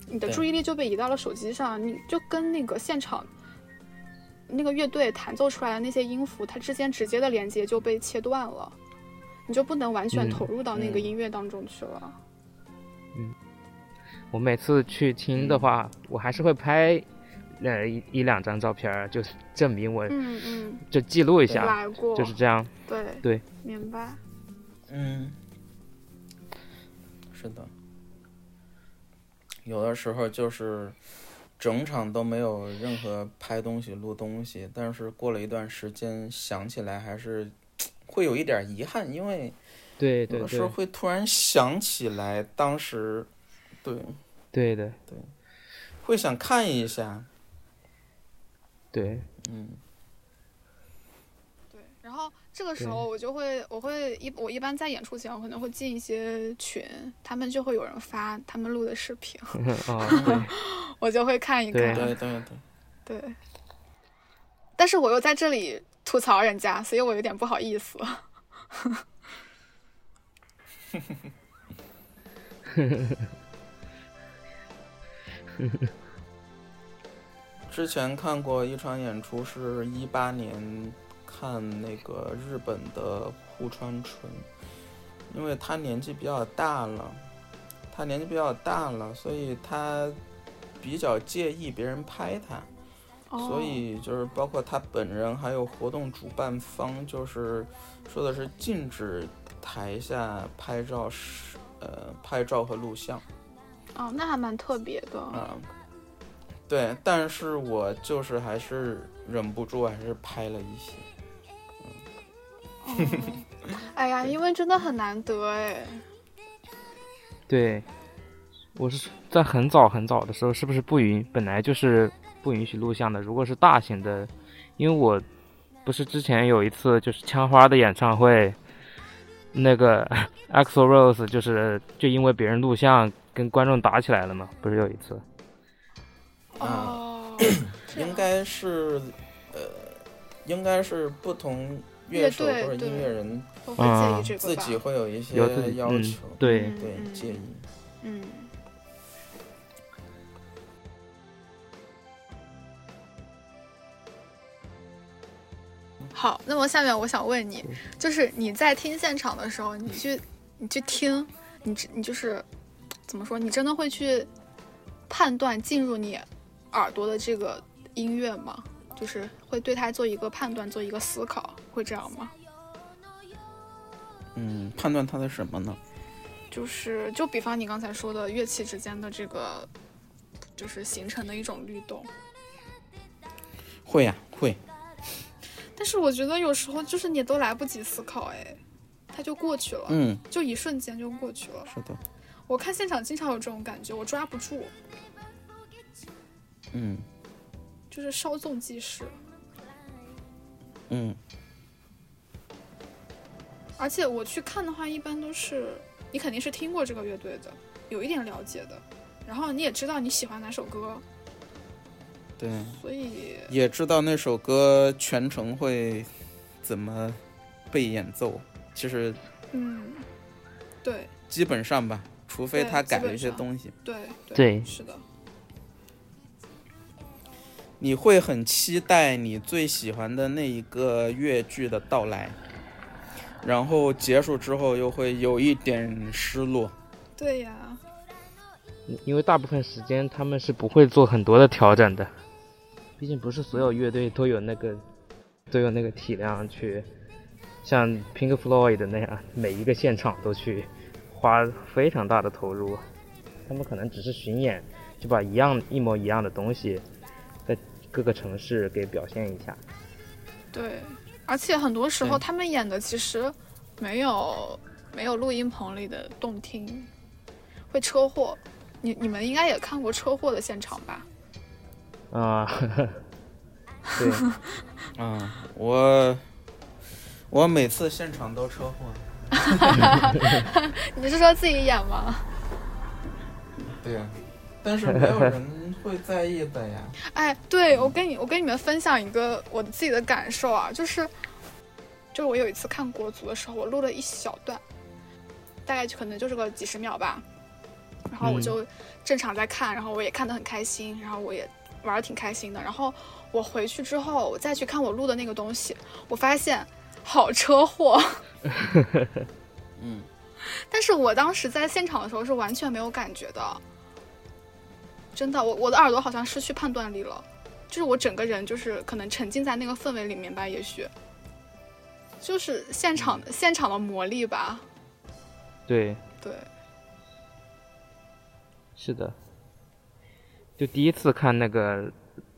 Speaker 2: 你的
Speaker 1: 对
Speaker 2: 注意力就被移到了手机上，你就跟那个现场那个乐队弹奏出来的那些音符，它之间直接的连接就被切断了，你就不能完全
Speaker 3: 嗯
Speaker 2: 投入到那个
Speaker 1: 嗯
Speaker 2: 音乐当中去了。
Speaker 3: 我每次去听
Speaker 2: 嗯
Speaker 3: 的话，我还是会拍，呃一一两张照片儿，就是证明我、
Speaker 2: 嗯嗯，
Speaker 3: 就记录一下，
Speaker 2: 来过，
Speaker 3: 就是这样。
Speaker 2: 对
Speaker 3: 对，
Speaker 2: 明白。
Speaker 1: 嗯，是的，有的时候就是整场都没有任何拍东西、录东西，但是过了一段时间想起来还是会有一点遗憾，因为
Speaker 3: 对
Speaker 1: 有
Speaker 3: 对
Speaker 1: 的时候
Speaker 3: 对，
Speaker 1: 会突然想起来当时，对，
Speaker 3: 对的，
Speaker 1: 会想看一下，
Speaker 3: 对，
Speaker 1: 嗯
Speaker 2: 对，然后这个时候我就会，我会一我一般在演出前，我可能会进一些群，他们就会有人发他们录的视频，
Speaker 3: 啊、对，
Speaker 2: 我就会看一看。
Speaker 1: 对对对。
Speaker 2: 对但是我又在这里吐槽人家，所以我有点不好意思。
Speaker 1: 之前看过一场演出，是一八年看那个日本的户川纯，因为他年纪比较大了，他年纪比较大了，所以他比较介意别人拍他，
Speaker 2: 哦
Speaker 1: 所以就是包括他本人还有活动主办方，就是说的是禁止台下拍照是呃拍照和录像。
Speaker 2: 哦，哦，那还蛮特别的。
Speaker 1: 啊，对，但是我就是还是忍不住，还是拍了一些。
Speaker 2: 嗯 哎呀，因为真的很难得哎。
Speaker 3: 对，我是在很早很早的时候，是不是不允本来就是不允许录像的？如果是大型的，因为我不是之前有一次就是枪花的演唱会，那个 EXO Rose 就是就因为别人录像跟观众打起来了嘛，不是有一次？
Speaker 1: 啊
Speaker 2: 哦，这样
Speaker 1: 应该是，呃，应该是不同乐
Speaker 2: 乐
Speaker 1: 手或
Speaker 2: 队
Speaker 1: 者音
Speaker 2: 对
Speaker 1: 乐人
Speaker 2: 都会介意
Speaker 3: 啊
Speaker 2: 这个
Speaker 1: 自
Speaker 2: 吧？
Speaker 1: 己会有一些
Speaker 3: 有自己
Speaker 1: 要
Speaker 3: 嗯
Speaker 1: 求，，
Speaker 3: 对
Speaker 2: 嗯
Speaker 1: 对，介意。
Speaker 2: 嗯。好，那么下面我想问你，就是你在听现场的时候，你去你去听，你只你就是怎么说？你真的会去判断进入你耳朵的这个音乐吗？就是会对它做一个判断，做一个思考，会这样吗？
Speaker 1: 嗯，判断他的什么呢？
Speaker 2: 就是就比方你刚才说的乐器之间的这个，就是形成的一种律动。
Speaker 1: 会呀、会。
Speaker 2: 但是我觉得有时候就是你都来不及思考，哎，它就过去了，
Speaker 1: 嗯，
Speaker 2: 就一瞬间就过去了。
Speaker 1: 是的。
Speaker 2: 我看现场经常有这种感觉，我抓不住，
Speaker 1: 嗯
Speaker 2: 就是稍纵即逝。
Speaker 1: 嗯
Speaker 2: 而且我去看的话，一般都是你肯定是听过这个乐队的，有一点了解的，然后你也知道你喜欢哪首歌，
Speaker 1: 对，
Speaker 2: 所以
Speaker 1: 也知道那首歌全程会怎么被演奏，其实
Speaker 2: 嗯，对
Speaker 1: 基本上吧，除非
Speaker 2: 对
Speaker 1: 他改
Speaker 2: 基本
Speaker 1: 了一些
Speaker 2: 上
Speaker 1: 东西。
Speaker 2: 对
Speaker 3: 对
Speaker 2: 是的，
Speaker 1: 你会很期待你最喜欢的那一个越剧的到来，然后结束之后又会有一点失落。
Speaker 2: 对呀，
Speaker 3: 因为大部分时间他们是不会做很多的调整的，毕竟不是所有乐队都有那个都有那个体量去像 Pink Floyd 那样每一个现场都去花非常大的投入，他们可能只是巡演就把一样一模一样的东西在各个城市给表现一下。
Speaker 2: 对，而且很多时候
Speaker 1: 对
Speaker 2: 他们演的其实没有没有录音棚里的动听，会车祸。你你们应该也看过车祸的现场吧？
Speaker 3: 啊、 对，
Speaker 1: 嗯，我我每次现场都车祸，
Speaker 2: 你是说自己演吗？
Speaker 1: 对呀、但是没有人会在意的呀。
Speaker 2: 哎，对我跟你我跟你们分享一个我自己的感受啊，就是，就是我有一次看国足的时候，我录了一小段，大概就可能就是个几十秒吧，然后
Speaker 1: 嗯
Speaker 2: 我就正常在看，然后我也看得很开心，然后我也玩的挺开心的，然后我回去之后，我再去看我录的那个东西，我发现好车祸，
Speaker 1: 嗯，
Speaker 2: 但是我当时在现场的时候是完全没有感觉的，真的，我我的耳朵好像失去判断力了，就是我整个人就是可能沉浸在那个氛围里面吧，也许，就是现场的现场的魔力吧，
Speaker 3: 对，
Speaker 2: 对，
Speaker 3: 是的，就第一次看那个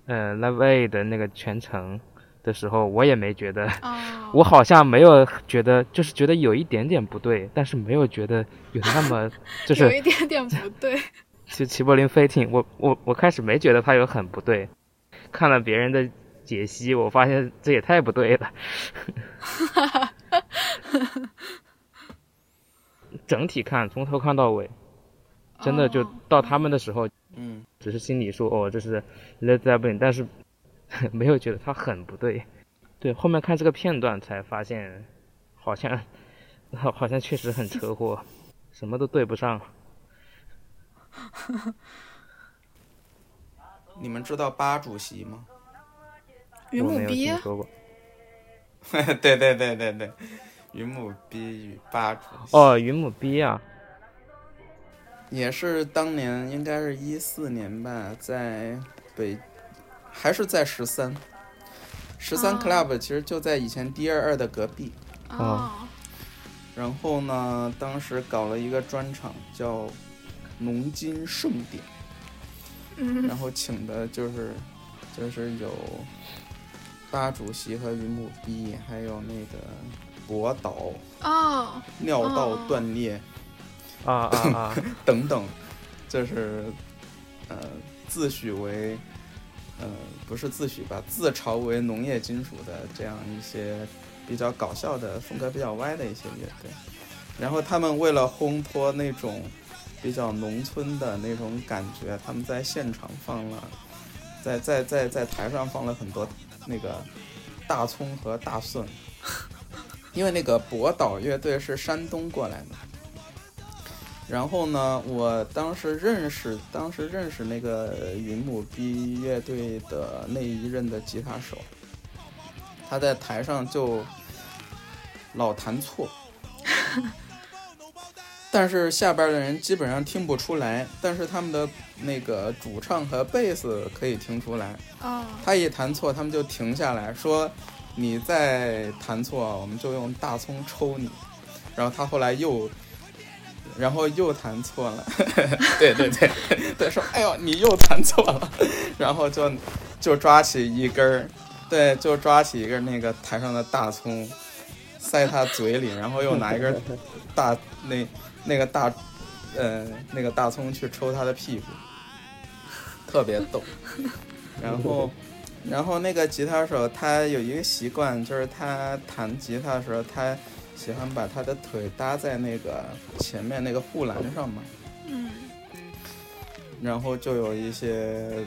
Speaker 3: 呃 Live A 的那个全程的时候，我也没觉得，
Speaker 2: 啊，
Speaker 3: 我好像没有觉得，就是觉得有一点点不对，但是没有觉得有那 么就
Speaker 2: 有
Speaker 3: 是
Speaker 2: 一点点不对，
Speaker 3: 就齐柏林飞艇，我我我开始没觉得它有很不对，看了别人的解析，我发现这也太不 对了。 整体看，从头看到尾，真的就
Speaker 2: 哦
Speaker 3: 到他们的时候，
Speaker 1: 嗯，
Speaker 3: 只是心里说哦，这是 Led Zeppelin，但是 没有觉得它很不对。对，后面看这个片段才发现，好像好好像确实很车祸，什么都对不上。
Speaker 1: 你们知道巴主席吗？
Speaker 2: 云
Speaker 3: 我
Speaker 2: 母
Speaker 3: 没有
Speaker 2: 逼
Speaker 3: 听，说过。
Speaker 1: 对对对对对，云母逼与巴主席
Speaker 3: 哦，云母逼啊，
Speaker 1: 也是当年应该是一四年吧，在北还是在十三，十三
Speaker 2: 哦
Speaker 1: club 其实就在以前 D 二二的隔壁。
Speaker 2: 啊，
Speaker 1: 然后呢，当时搞了一个专场叫《农金盛典
Speaker 2: 嗯》，
Speaker 1: 然后请的就是就是有巴主席和云母逼，还有那个博导、
Speaker 2: 啊，
Speaker 1: 尿道
Speaker 2: 哦
Speaker 1: 断裂。
Speaker 3: 啊啊 啊！
Speaker 1: 等等，就是呃自诩为呃不是自诩吧，自嘲为农业金属的这样一些比较搞笑的风格比较歪的一些乐队。然后他们为了烘托那种比较农村的那种感觉，他们在现场放了，在在在在台上放了很多那个大葱和大蒜， 因为那个博导乐队是山东过来的。然后呢，我当时认识，当时认识那个云母逼乐队的那一任的吉他手，他在台上就老弹错，但是下边的人基本上听不出来，但是他们的那个主唱和贝斯可以听出来，
Speaker 2: 啊，
Speaker 1: 他一弹错，他们就停下来说：“你再弹错，我们就用大葱抽你。”然后他后来又，然后又弹错了， 对对对，对说：“哎呦，你又弹错了。” 然后就就抓起一根儿，对，就抓起一根那个台上的大葱，塞他嘴里，然后又拿一根大那那个大呃那个大葱去抽他的屁股，特别逗。然后，然后那个吉他手他有一个习惯，就是他弹吉他的时候，他喜欢把他的腿搭在那个前面那个护栏上嘛，
Speaker 2: 嗯，
Speaker 1: 然后就有一些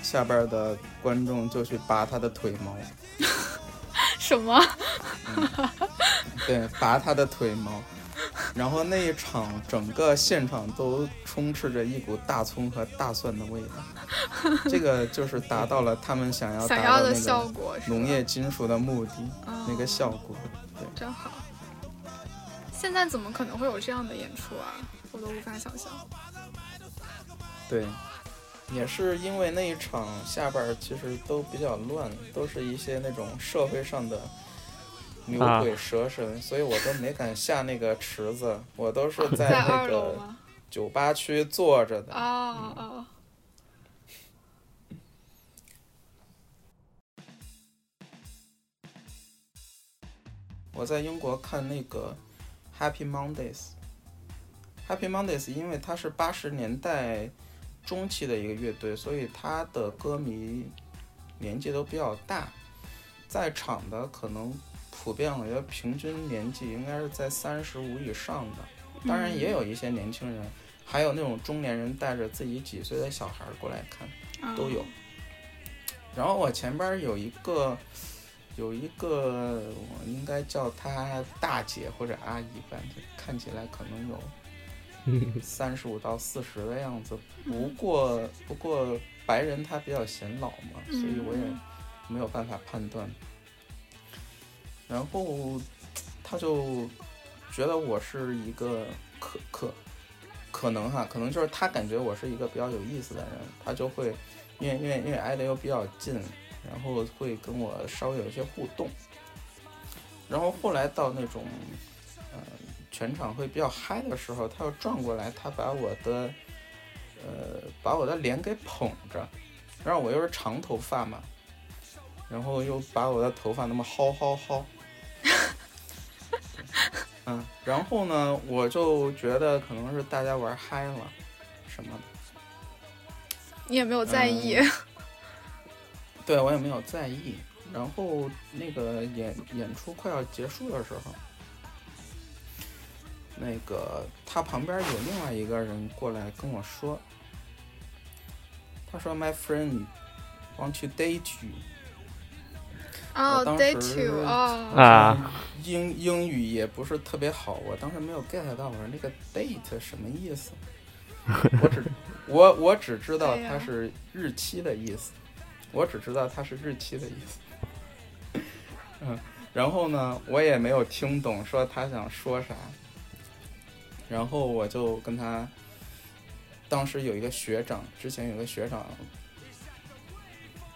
Speaker 1: 下边儿的观众就去拔他的腿 毛，
Speaker 2: 什么？
Speaker 1: 对，拔他的腿毛。然后那一场整个现场都充斥着一股大葱和大蒜的味道， 这个就是达到了他们想要
Speaker 2: 想
Speaker 1: 达
Speaker 2: 要
Speaker 1: 到
Speaker 2: 的
Speaker 1: 那
Speaker 2: 效
Speaker 1: 个
Speaker 2: 果是吧啊
Speaker 1: 农业金属的目的，那个效果。
Speaker 2: 真好。现在怎么可能会有这样的演出啊？我都无法想象。
Speaker 1: 对，也是因为那一场下边儿其实都比较乱，都是一些那种社会上的牛
Speaker 3: 啊
Speaker 1: 鬼蛇神，所以我都没敢下那个池子，我都是在
Speaker 2: 啊在
Speaker 1: 那
Speaker 2: 二楼
Speaker 1: 个
Speaker 2: 吗？
Speaker 1: 酒吧区坐着的。
Speaker 2: 哦哦，
Speaker 1: 我在英国看那个 Happy Mondays。Happy Mondays，因为它是八十年代中期的一个乐队，所以它的歌迷年纪都比较大，在场的可能普遍我觉得平均年纪应该是在三十五以上的，当然也有一些年轻人，还有那种中年人带着自己几岁的小孩儿过来看。
Speaker 2: 嗯
Speaker 1: 都有。然后我前边儿有一个，有一个，我应该叫她大姐或者阿姨吧，就看起来可能有三十五到四十的样子。
Speaker 2: 嗯
Speaker 1: 不过，不过白人他比较显老嘛，所以我也
Speaker 2: 嗯
Speaker 1: 没有办法判断。然后他就觉得我是一个可可可能哈，可能就是他感觉我是一个比较有意思的人，他就会因为因为因为挨得又比较近，然后会跟我稍微有一些互动。然后后来到那种，呃，全场会比较嗨的时候，他又转过来，他把我的，呃，把我的脸给捧着，然后我又是长头发嘛，然后又把我的头发那么薅薅薅，嗯，然后呢，我就觉得可能是大家玩嗨了，什么的。
Speaker 2: 你也没有在意。
Speaker 1: 嗯对我也没有在意。然后那个演演出快要结束的时候，那个他旁边有另外一个人过来跟我说，他说：“My friend, want to date you。”
Speaker 2: 哦
Speaker 1: 我当
Speaker 2: ，date
Speaker 1: 时
Speaker 2: you 哦，
Speaker 3: 啊，
Speaker 1: 英英语也不是特别好，我当时没有 get 到，我说那个 date 什么意思？ 我只我我只知道
Speaker 2: 对呀
Speaker 1: 它是日期的意思，我只知道它是日期的意思。嗯，然后呢，我也没有听懂说他想说啥，然后我就跟他，当时有一个学长，之前有个学长，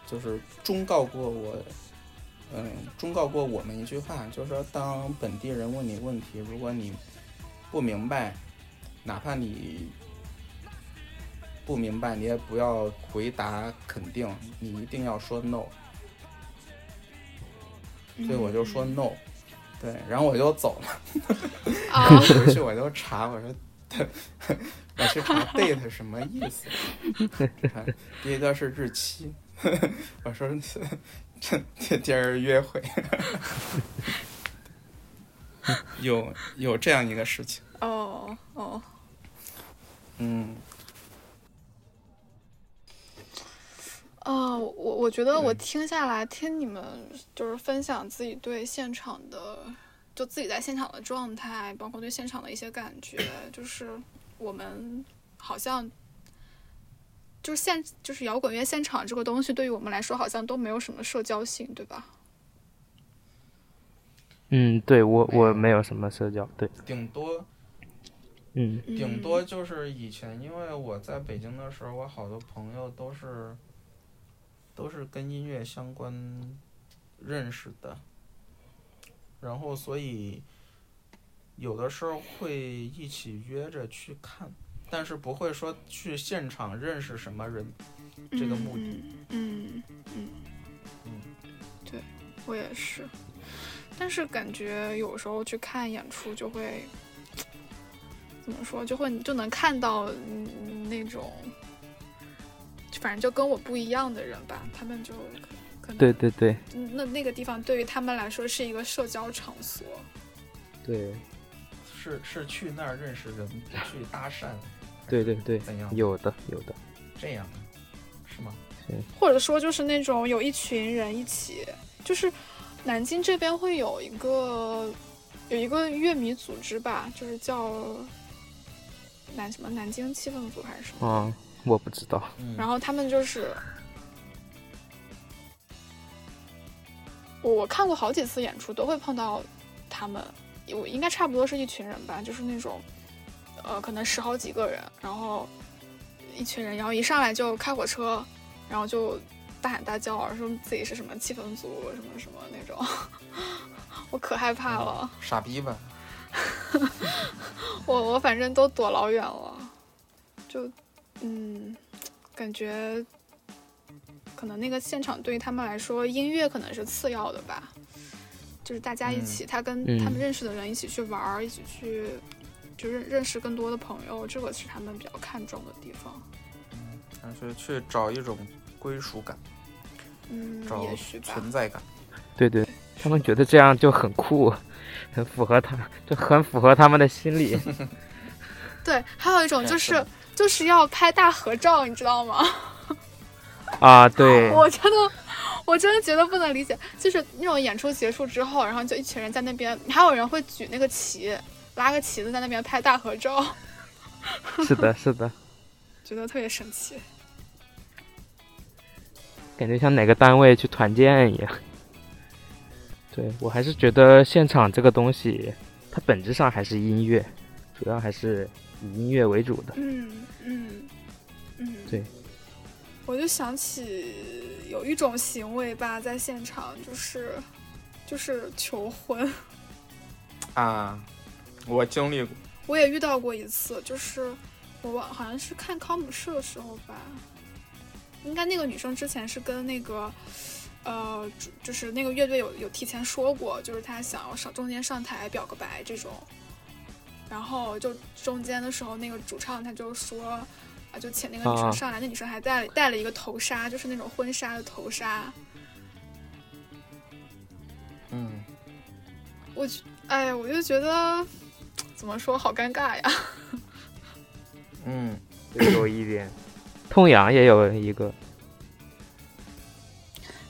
Speaker 1: 就是忠告过我嗯，忠告过我们一句话，就是说，当本地人问你问题，如果你不明白，哪怕你不明白，你也不要回答肯定，你一定要说 no。所以
Speaker 2: 嗯
Speaker 1: 我就说 no，、对，然后我就走了。
Speaker 2: 哦，
Speaker 1: 回去 我就查，我说，我去查 date 什么意思？啊第一个是日期， 我说 这这今儿约会， 有有这样一个事情，
Speaker 2: 哦哦，
Speaker 1: 嗯，
Speaker 2: 哦，我我觉得我
Speaker 1: 对
Speaker 2: 听下来，听你们就是分享自己对现场的，就自己在现场的状态，包括对现场的一些感觉，就是我们好像就是现就是摇滚乐现场这个东西，对于我们来说好像都没有什么社交性，对吧？
Speaker 3: 嗯，对我我没有什么社交，对，
Speaker 1: 顶多
Speaker 3: 嗯
Speaker 1: 顶多就是以前，因为我在北京的时候，我好多朋友都是都是跟音乐相关认识的，然后所以有的时候会一起约着去看，但是不会说去现场认识什么人，这个目的。
Speaker 2: 嗯嗯嗯
Speaker 1: 嗯，
Speaker 2: 对我也是，但是感觉有时候去看演出就会怎么说，就会就能看到嗯那种，反正就跟我不一样的人吧，他们就可可能
Speaker 3: 对对对，
Speaker 2: 那那个地方对于他们来说是一个社交场所，
Speaker 3: 对
Speaker 1: 是是去那儿认识人，去搭讪，
Speaker 3: 对对对，
Speaker 1: 怎样？
Speaker 3: 有的有的，
Speaker 1: 这样是吗？
Speaker 2: 或者说就是那种有一群人一起，就是南京这边会有一个有一个乐迷组织吧，就是叫南什么南京气氛组还是什么，
Speaker 3: 嗯，我不知道，
Speaker 1: 嗯，
Speaker 2: 然后他们就是。我我看过好几次演出，都会碰到他们，我应该差不多是一群人吧，就是那种，呃，可能十好几个人，然后呃一群人，然后一上来就开火车，然后就大喊大叫，说自己是什么气氛组，什么什么那种， 我可害怕了，
Speaker 1: 傻逼吧，
Speaker 2: 我我反正都躲老远了，就嗯，感觉可能那个现场对于他们来说，音乐可能是次要的吧，就是大家一起，他跟
Speaker 3: 嗯
Speaker 2: 他们认识的人一起去玩儿，一起去就认认识更多的朋友，这个是他们比较看重的地方。
Speaker 1: 然后就嗯去找一种归属感，
Speaker 2: 嗯，
Speaker 1: 找
Speaker 2: 也许吧。
Speaker 1: 存在感。
Speaker 3: 对对，他们觉得这样就很酷，很符合他，就很符合他们的心 理。
Speaker 2: 对，还有一种
Speaker 1: 哎
Speaker 2: 就是是就是要拍大合照，你知道吗？
Speaker 3: 啊，对，
Speaker 2: 我真的，我真的觉得不能理解，就是那种演出结束之后，然后就一群人在那边，还有人会举那个旗，拉个旗子在那边拍大合照，
Speaker 3: 是的，是的，
Speaker 2: 觉得特别神奇。
Speaker 3: 感觉像哪个单位去团建一样。 对我还是觉得现场这个东西，它本质上还是音乐，主要还是以音乐为主的。
Speaker 2: 嗯嗯嗯，
Speaker 3: 对。
Speaker 2: 我就想起有一种行为吧，在现场就是就是求婚，
Speaker 1: 啊，我经历过，
Speaker 2: 我也遇到过一次，就是我忘好像是看康姆士的时候吧，应该那个女生之前是跟那个呃，主就是那个乐队有有提前说过，就是她想要上中间上台表个白这种，然后就中间的时候，那个主唱他就说啊，就请那个女生
Speaker 3: 啊
Speaker 2: 上来，那女生还戴戴了一个头纱，就是那种婚纱的头纱，
Speaker 1: 嗯，
Speaker 2: 我觉哎，我就觉得怎么说好尴尬呀。
Speaker 1: 嗯，
Speaker 3: 有一点，痛痒也有一个，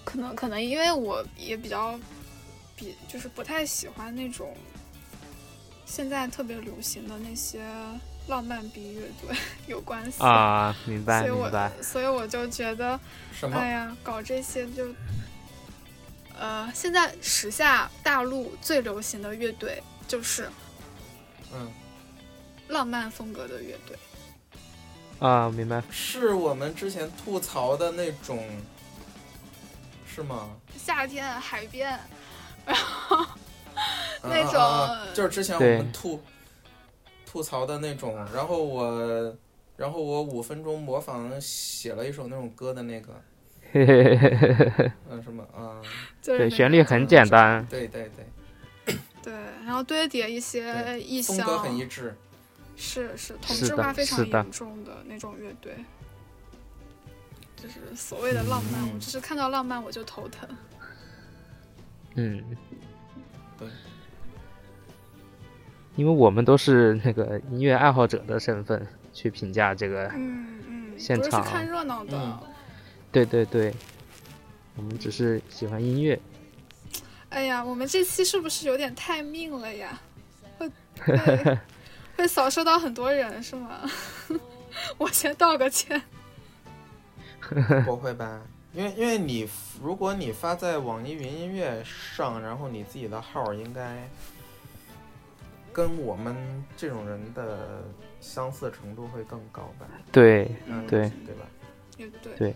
Speaker 2: 可能可能因为我也比较比就是不太喜欢那种现在特别流行的那些浪漫逼乐队 有关系，
Speaker 3: 啊，明白
Speaker 2: 所以
Speaker 3: 明
Speaker 2: 我
Speaker 3: 白，
Speaker 2: 所以我就觉得，
Speaker 1: 什么
Speaker 2: 哎呀，搞这些就。呃，现在时下大陆最流行的乐队就是
Speaker 1: 嗯，
Speaker 2: 浪漫风格的乐队，
Speaker 3: 啊，明白，
Speaker 1: 是我们之前吐槽的那种，是吗？
Speaker 2: 夏天海边，
Speaker 1: 啊
Speaker 2: 那种
Speaker 1: 啊啊就是之前我
Speaker 3: 对
Speaker 1: 们吐吐槽的那种，然后我，然后我五分钟模仿写了一首那种歌的那个，
Speaker 3: 嘿嘿嘿嘿嘿嘿
Speaker 1: 嗯、什么啊、
Speaker 2: 就是
Speaker 3: 对，
Speaker 2: 那
Speaker 3: 旋
Speaker 2: 种
Speaker 3: 律很简，单，
Speaker 1: 对对对，
Speaker 2: 对，然后堆叠一些
Speaker 1: 对
Speaker 2: 意
Speaker 1: 风
Speaker 2: 象，
Speaker 1: 格很一致，
Speaker 2: 是是，同
Speaker 3: 是
Speaker 2: 质
Speaker 3: 的
Speaker 2: 化非常
Speaker 3: 是的
Speaker 2: 严重的那种乐队，就是所谓的浪漫，我就是看到浪漫我就头疼。
Speaker 3: 嗯
Speaker 1: 对，
Speaker 3: 因为我们都是那个音乐爱好者的身份去评价这个，
Speaker 2: 嗯嗯，
Speaker 3: 现
Speaker 2: 不是去
Speaker 3: 场啊
Speaker 2: 看热闹的，
Speaker 1: 嗯
Speaker 3: 对对对，我们只是喜欢音乐，
Speaker 2: 哎呀，我们这期是不是有点太命了呀？ 会会会扫射到很多人是吗？ 我先道个歉。
Speaker 1: 不会吧？因为因为你如果你发在网易云音乐上，然后你自己的号儿应该跟我们这种人的相似程度会更高吧？
Speaker 3: 对
Speaker 1: 嗯，
Speaker 3: 对
Speaker 1: 对吧？
Speaker 2: 也对。
Speaker 3: 对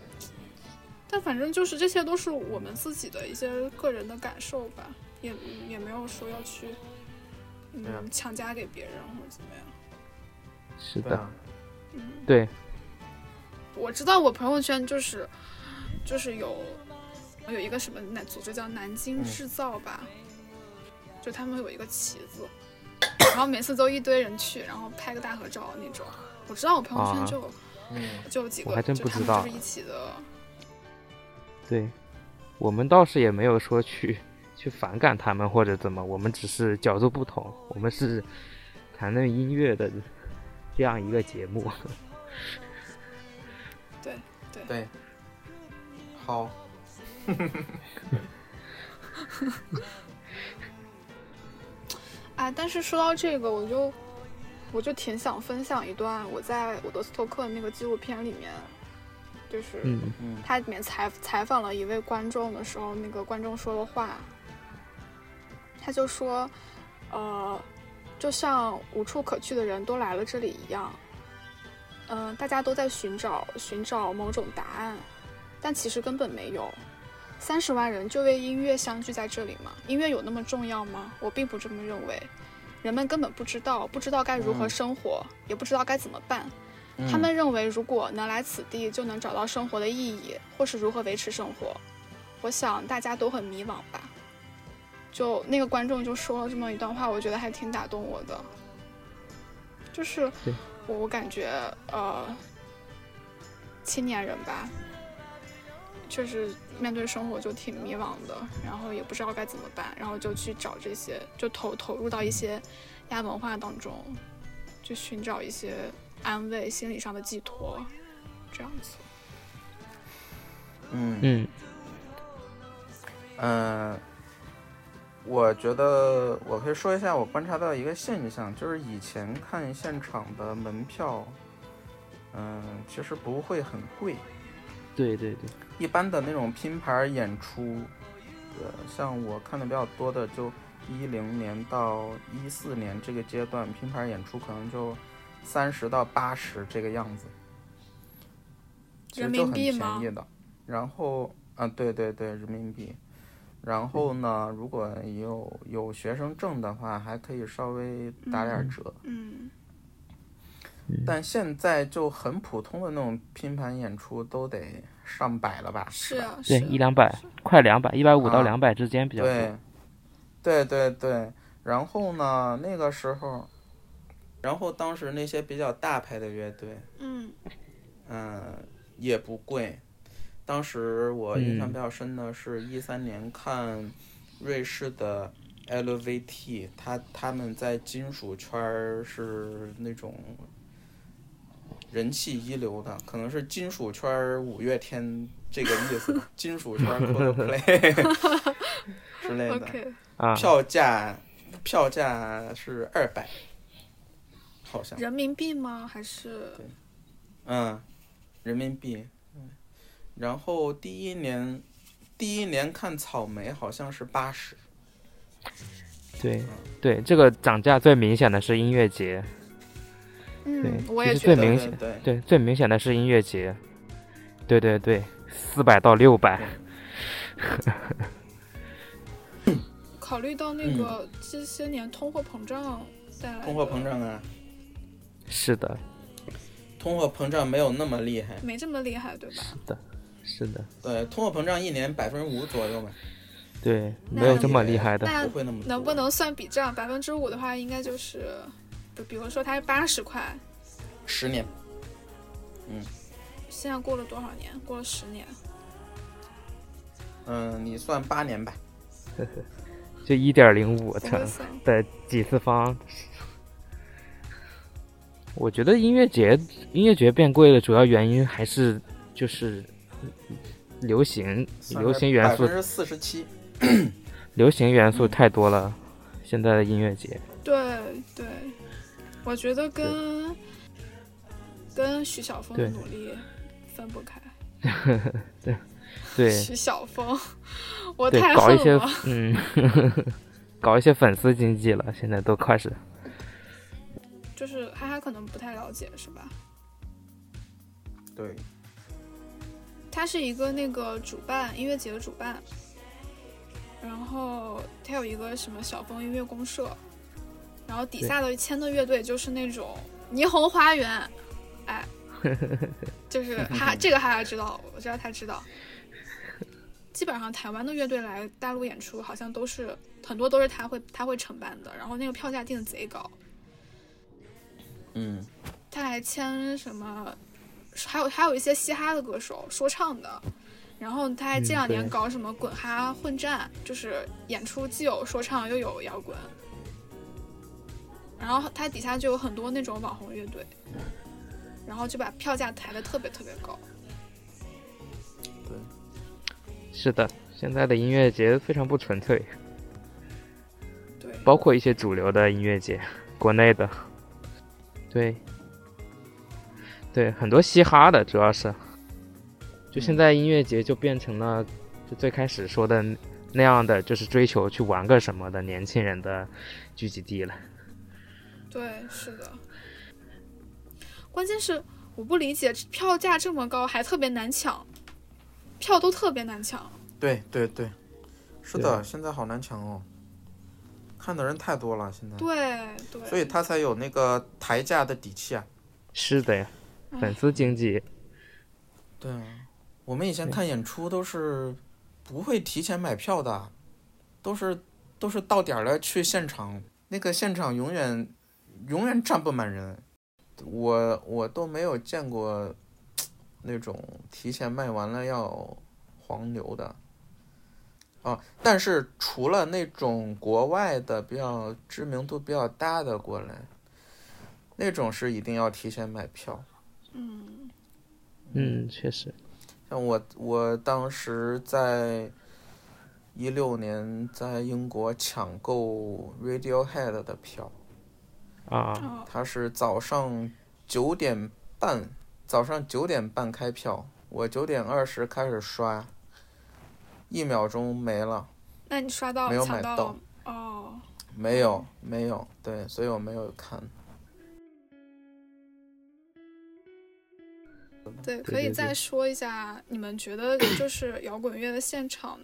Speaker 2: 但反正就是这些都是我们自己的一些个人的感受吧，也也没有说要去，
Speaker 1: 对啊
Speaker 2: 嗯，强加给别人或者怎么样。
Speaker 3: 是
Speaker 1: 对
Speaker 3: 的，
Speaker 1: 啊，
Speaker 2: 嗯，
Speaker 3: 对，
Speaker 2: 我知道我朋友圈就是就是有有一个什么南组织叫南京
Speaker 1: 嗯
Speaker 2: 制造吧，就他们有一个旗子，然后每次都一堆人去，然后拍个大合照那种。我知道我朋友圈
Speaker 3: 啊
Speaker 2: 就有、
Speaker 1: 嗯，
Speaker 2: 就有几个，
Speaker 3: 我还真
Speaker 2: 就
Speaker 3: 不
Speaker 2: 他
Speaker 3: 知
Speaker 2: 们
Speaker 3: 道
Speaker 2: 就是一起的。
Speaker 3: 对，我们倒是也没有说去去反感他们或者怎么，我们只是角度不同，我们是谈论音乐的这样一个节目。
Speaker 2: 对对
Speaker 1: 对，好，
Speaker 2: 啊，但是说到这个，我就我就挺想分享一段我在我的斯托克那个纪录片里面，就是
Speaker 3: 嗯
Speaker 1: 嗯
Speaker 2: 它里面采采访了一位观众的时候，那个观众说的话，他就说，呃，就像无处可去的人都来了这里一样，嗯、大家都在寻找寻找某种答案，但其实根本没有。三十万人就为音乐相聚在这里吗？音乐有那么重要吗？我并不这么认为。人们根本不知道，不知道该如何
Speaker 1: 嗯
Speaker 2: 生活，也不知道该怎么办。他们认为，如果能来此地，就能找到生活的意义，或是如何维持生活。我想大家都很迷茫吧。就那个观众就说了这么一段话，我觉得还挺打动我的。就是
Speaker 3: 对
Speaker 2: 我我感觉呃，青年人吧，确实面对生活就挺迷茫的，然后也不知道该怎么办，然后就去找这些，就投投入到一些亚文化当中，去寻找一些安慰、心理上的寄托，这样子。
Speaker 1: 嗯
Speaker 3: 嗯，
Speaker 1: 嗯，我觉得我可以说一下我观察到一个现象，就是以前看现场的门票，嗯、其实不会很贵，
Speaker 3: 对对对，
Speaker 1: 一般的那种拼盘演出，呃，像我看的比较多的，就一零年到一四年这个阶段，拼盘演出可能就三十到八十这个样子，其实就
Speaker 2: 人民
Speaker 1: 很
Speaker 2: 币
Speaker 1: 便
Speaker 2: 吗
Speaker 1: 宜的。然后啊，对对对，人民币。然后呢，如果有有学生证的话，还可以稍微打点折。
Speaker 2: 嗯，
Speaker 1: 但现在就很普通的那种拼盘演出都得上百了吧？
Speaker 2: 是
Speaker 1: 吧
Speaker 2: 啊，
Speaker 3: 对
Speaker 2: 是啊
Speaker 3: 一两百，快两百，一百五到
Speaker 1: 啊
Speaker 3: 两百之间比较多。
Speaker 1: 对，对对对。然后呢，那个时候，然后当时那些比较大牌的乐队，
Speaker 2: 嗯
Speaker 1: 嗯、也不贵。当时我印象
Speaker 3: 嗯
Speaker 1: 比较深的是，一三年看瑞士的 LVT，他他们在金属圈儿是那种人气一流的，可能是金属圈儿五月天这个意思 吧，金属圈儿 Coldplay 之类的。
Speaker 2: ，OK，
Speaker 3: 啊，
Speaker 1: 票价票价是二百，好像，
Speaker 2: 人民币吗？还是
Speaker 1: 嗯，人民币。嗯，然后第一年，第一年看草莓好像是八十，
Speaker 3: 对对，这个涨价最明显的是音乐节，
Speaker 2: 嗯，
Speaker 3: 对
Speaker 2: 我
Speaker 3: 其
Speaker 2: 也
Speaker 3: 实
Speaker 2: 觉
Speaker 3: 最
Speaker 2: 得
Speaker 3: 明
Speaker 1: 对
Speaker 3: 显
Speaker 1: 对对，
Speaker 3: 对，最明显的是音乐节，对对对，四百到六百，
Speaker 2: 考虑到
Speaker 3: 嗯
Speaker 2: 那个这些年通货膨胀带来的
Speaker 1: 通货膨胀啊，
Speaker 3: 是的，
Speaker 1: 通货膨胀没有那么厉害，
Speaker 2: 没这么厉害，对吧？
Speaker 3: 是的，
Speaker 1: 对，通货膨胀一年百分之五左右嘛，
Speaker 3: 对，
Speaker 2: 那
Speaker 3: 没有这么厉害的，
Speaker 2: 那
Speaker 1: 不会那么多
Speaker 2: 能不能算比账？百分之五的话，应该就是，就比如说它是八十块，
Speaker 1: 十年？
Speaker 2: 现在过了多少年？过了十年，
Speaker 1: 嗯，你算八年吧。
Speaker 3: 就一点零
Speaker 2: 不
Speaker 3: 五
Speaker 2: 会
Speaker 3: 乘
Speaker 2: 算。
Speaker 3: 的几次方。我觉得音乐节音乐节变贵的主要原因还是就是流行流行元
Speaker 1: 百
Speaker 3: 素
Speaker 1: 分之嗯四十七，
Speaker 3: 流行元素太多了，现在的音乐节。
Speaker 2: 对对，我觉得跟跟徐晓峰的
Speaker 3: 对
Speaker 2: 努力分不开。
Speaker 3: 对
Speaker 2: 徐晓峰，我
Speaker 3: 对
Speaker 2: 太，
Speaker 3: 搞
Speaker 2: 恨
Speaker 3: 一些
Speaker 2: 了。
Speaker 3: 嗯， 搞一些粉丝经济了，现在都开始。
Speaker 2: 就是哈哈可能不太了解是吧？
Speaker 1: 对，
Speaker 2: 他是一个那个主办音乐节的主办，然后他有一个什么小峰音乐公社，然后底下的签的乐队就是那种霓虹花园， 哎，就是哈哈这个哈哈知道，我知道他知道。基本上台湾的乐队来大陆演出，好像都是很多都是他会他会承办的，然后那个票价定的贼高，
Speaker 1: 嗯，
Speaker 2: 他还签什么，还有还有一些嘻哈的歌手说唱的，然后他还这两
Speaker 3: 嗯
Speaker 2: 年
Speaker 3: 对
Speaker 2: 搞什么滚哈混战，就是演出既有说唱又有摇滚，然后他底下就有很多那种网红乐队，然后就把票价抬得特别特别高。
Speaker 3: 是的，现在的音乐节非常不纯粹，
Speaker 2: 对，
Speaker 3: 包括一些主流的音乐节，国内的，对，对，很多嘻哈的，主要是，就现在音乐节就变成了，就最开始说的那样的，就是追求去玩个什么的年轻人的聚集地了。
Speaker 2: 对，是的。关键是我不理解，票价这么高还特别难抢，票都特别难抢。
Speaker 1: 对对对，是的，现在好难抢哦，看的人太多了，现在，
Speaker 2: 对对，
Speaker 1: 所以他才有那个抬价的底气啊。
Speaker 3: 是的呀，
Speaker 2: 哎
Speaker 3: 粉丝经济，
Speaker 1: 对啊，我们以前看演出都是不会提前买票的，都是都是到点儿了去现场，那个现场永远永远站不满人，我我都没有见过那种提前卖完了要黄牛的。啊，但是除了那种国外的比较知名度比较大的过来，那种是一定要提前买票。
Speaker 2: 嗯，
Speaker 3: 嗯，确实，
Speaker 1: 像我，我当时在一六年在英国抢购 Radiohead 的票，
Speaker 3: 啊，
Speaker 2: 哦，
Speaker 1: 它是早上九点半，早上九点半开票，我九点二十开始刷，一秒钟没了，
Speaker 2: 那你刷到
Speaker 1: 没有
Speaker 2: 抢
Speaker 1: 买
Speaker 2: 到
Speaker 1: 到
Speaker 2: 了吗哦，
Speaker 1: 没有，没有，对，所以我没有看。
Speaker 2: 对，
Speaker 3: 对
Speaker 2: 可以
Speaker 3: 对
Speaker 2: 再
Speaker 3: 对
Speaker 2: 说一下，你们觉得就是摇滚乐的现场，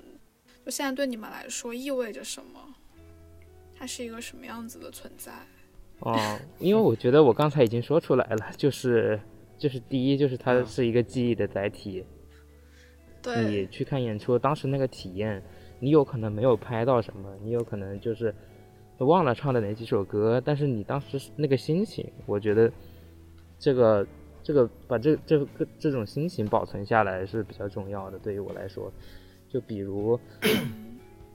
Speaker 2: 就现在对你们来说意味着什么？它是一个什么样子的存在？
Speaker 3: 哦，因为我觉得我刚才已经说出来了，就是，就是第一，就是它
Speaker 1: 嗯
Speaker 3: 是一个记忆的载体，你
Speaker 2: 对，
Speaker 3: 去看演出，当时那个体验，你有可能没有拍到什么，你有可能就是忘了唱的哪几首歌，但是你当时那个心情，我觉得这个这个把这这个这种心情保存下来是比较重要的，对于我来说，就比如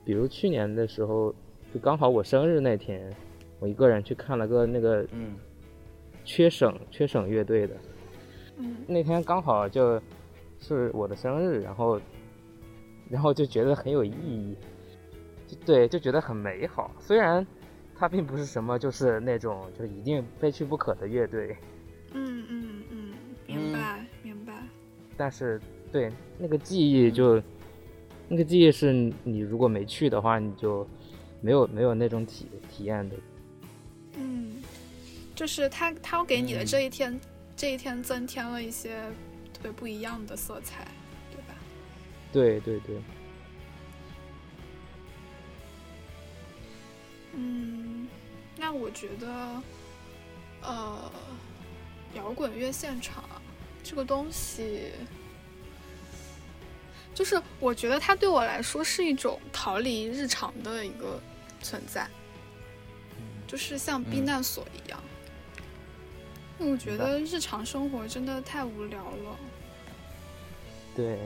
Speaker 3: 比如去年的时候，就刚好我生日那天，我一个人去看了个那个
Speaker 1: 嗯，
Speaker 3: 缺省缺省乐队的，
Speaker 2: 嗯，
Speaker 3: 那天刚好就是我的生日，然后然后就觉得很有意义，就对，就觉得很美好。虽然它并不是什么就是那种就是一定非去不可的乐队，
Speaker 2: 嗯嗯嗯，明
Speaker 1: 嗯
Speaker 2: 白明白，
Speaker 3: 但是对那个记忆就那个记忆是你你如果没去的话，你就没有没有那种体体验的。
Speaker 2: 嗯，就是他他给你的
Speaker 1: 嗯
Speaker 2: 这一天、这一天增添了一些特别不一样的色彩，对吧？
Speaker 3: 对对对，
Speaker 2: 嗯，那我觉得，呃，摇滚乐现场啊这个东西，就是我觉得它对我来说是一种逃离日常的一个存在，就是像避
Speaker 1: 嗯
Speaker 2: 难所一样。因为我觉
Speaker 1: 明白
Speaker 2: 得日常生活真的太无聊了，
Speaker 3: 对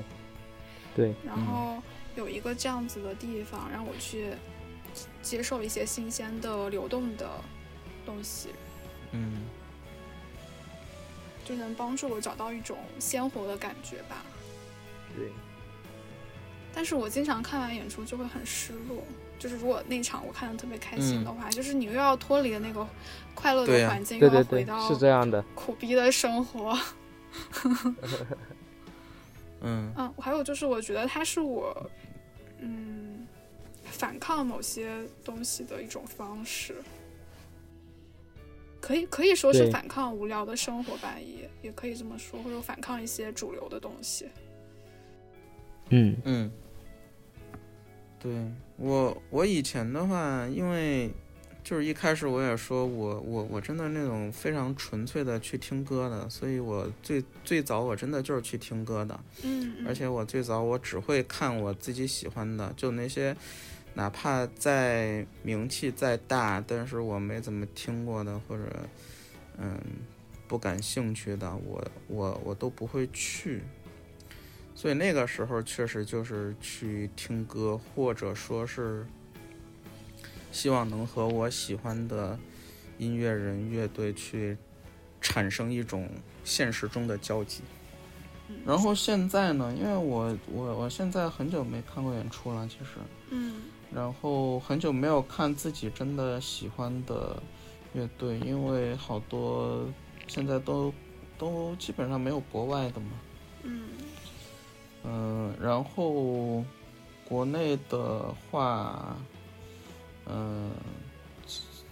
Speaker 3: 对，
Speaker 2: 然
Speaker 1: 嗯
Speaker 2: 后有一个这样子的地方让我去接受一些新鲜的、流动的东西，
Speaker 1: 嗯，
Speaker 2: 就能帮助我找到一种鲜活的感觉吧。
Speaker 3: 对，
Speaker 2: 但是我经常看完演出就会很失落，就是如果那场我看的特别开心的话，就是你又要脱离那个快乐
Speaker 1: 嗯对
Speaker 2: 的
Speaker 1: 呀
Speaker 2: 环境，
Speaker 3: 对
Speaker 2: 又要
Speaker 3: 对
Speaker 2: 回
Speaker 3: 对，
Speaker 2: 到
Speaker 3: 是这样的。
Speaker 2: 苦逼的生活。
Speaker 1: 嗯，
Speaker 2: 嗯，还有就是我觉得它是我，嗯，反抗某些东西的一种方式。可以可以说是
Speaker 3: 对
Speaker 2: 反抗无聊的生活吧，也也可以这么说，或者反抗一些主流的东西。
Speaker 3: 嗯
Speaker 1: 嗯，对我我以前的话，因为就是一开始我也说我我我真的那种非常纯粹的去听歌的，所以我最最早我真的就是去听歌的，
Speaker 2: 嗯，嗯
Speaker 1: 而且我最早我只会看我自己喜欢的，就那些哪怕再名气再大，但是我没怎么听过的或者嗯不感兴趣的，我我我都不会去。
Speaker 4: 所以那个时候确实就是去听歌，或者说是希望能和我喜欢的音乐人、乐队去产生一种现实中的交集。
Speaker 2: 嗯
Speaker 4: 然后现在呢，因为我我我现在很久没看过演出了，其实，
Speaker 2: 嗯
Speaker 4: 然后很久没有看自己真的喜欢的乐队，因为好多现在都都基本上没有国外的嘛。
Speaker 2: 嗯
Speaker 4: 嗯，然后国内的话，嗯，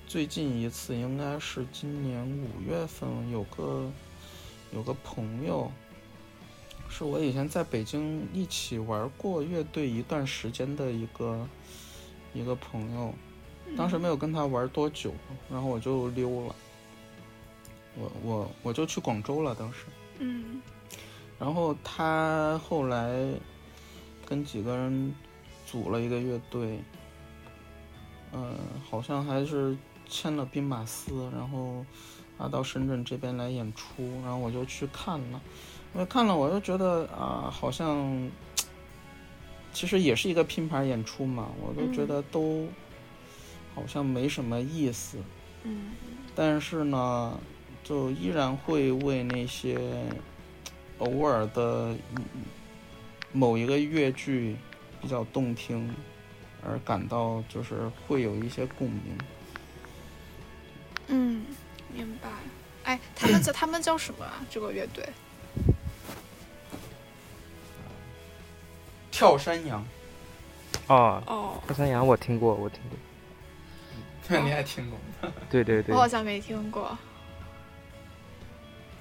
Speaker 4: 最近一次应该是今年五月份，有个有个朋友，是我以前在北京一起玩过乐队一段时间的一个一个朋友，
Speaker 2: 嗯
Speaker 4: 当时没有跟他玩多久，然后我就溜了，我我我就去广州了，当时。
Speaker 2: 嗯
Speaker 4: 然后他后来跟几个人组了一个乐队，呃，好像还是签了兵马司，然后他到深圳这边来演出，然后我就去看了，我看了我就觉得啊、好像其实也是一个拼盘演出嘛，我都觉得都好像没什么意思，
Speaker 2: 嗯
Speaker 4: 但是呢，就依然会为那些偶尔的嗯某一个乐剧比较动听而感到就是会有一些共鸣。
Speaker 2: 嗯，明白。哎，他们叫他们叫什么啊？这个乐队？
Speaker 4: 跳山羊，
Speaker 3: 哦，
Speaker 2: 哦，
Speaker 3: 跳山羊我听过，我听过。
Speaker 4: 哦
Speaker 1: 你还听过？
Speaker 3: 对对对
Speaker 2: 我，好像没听过。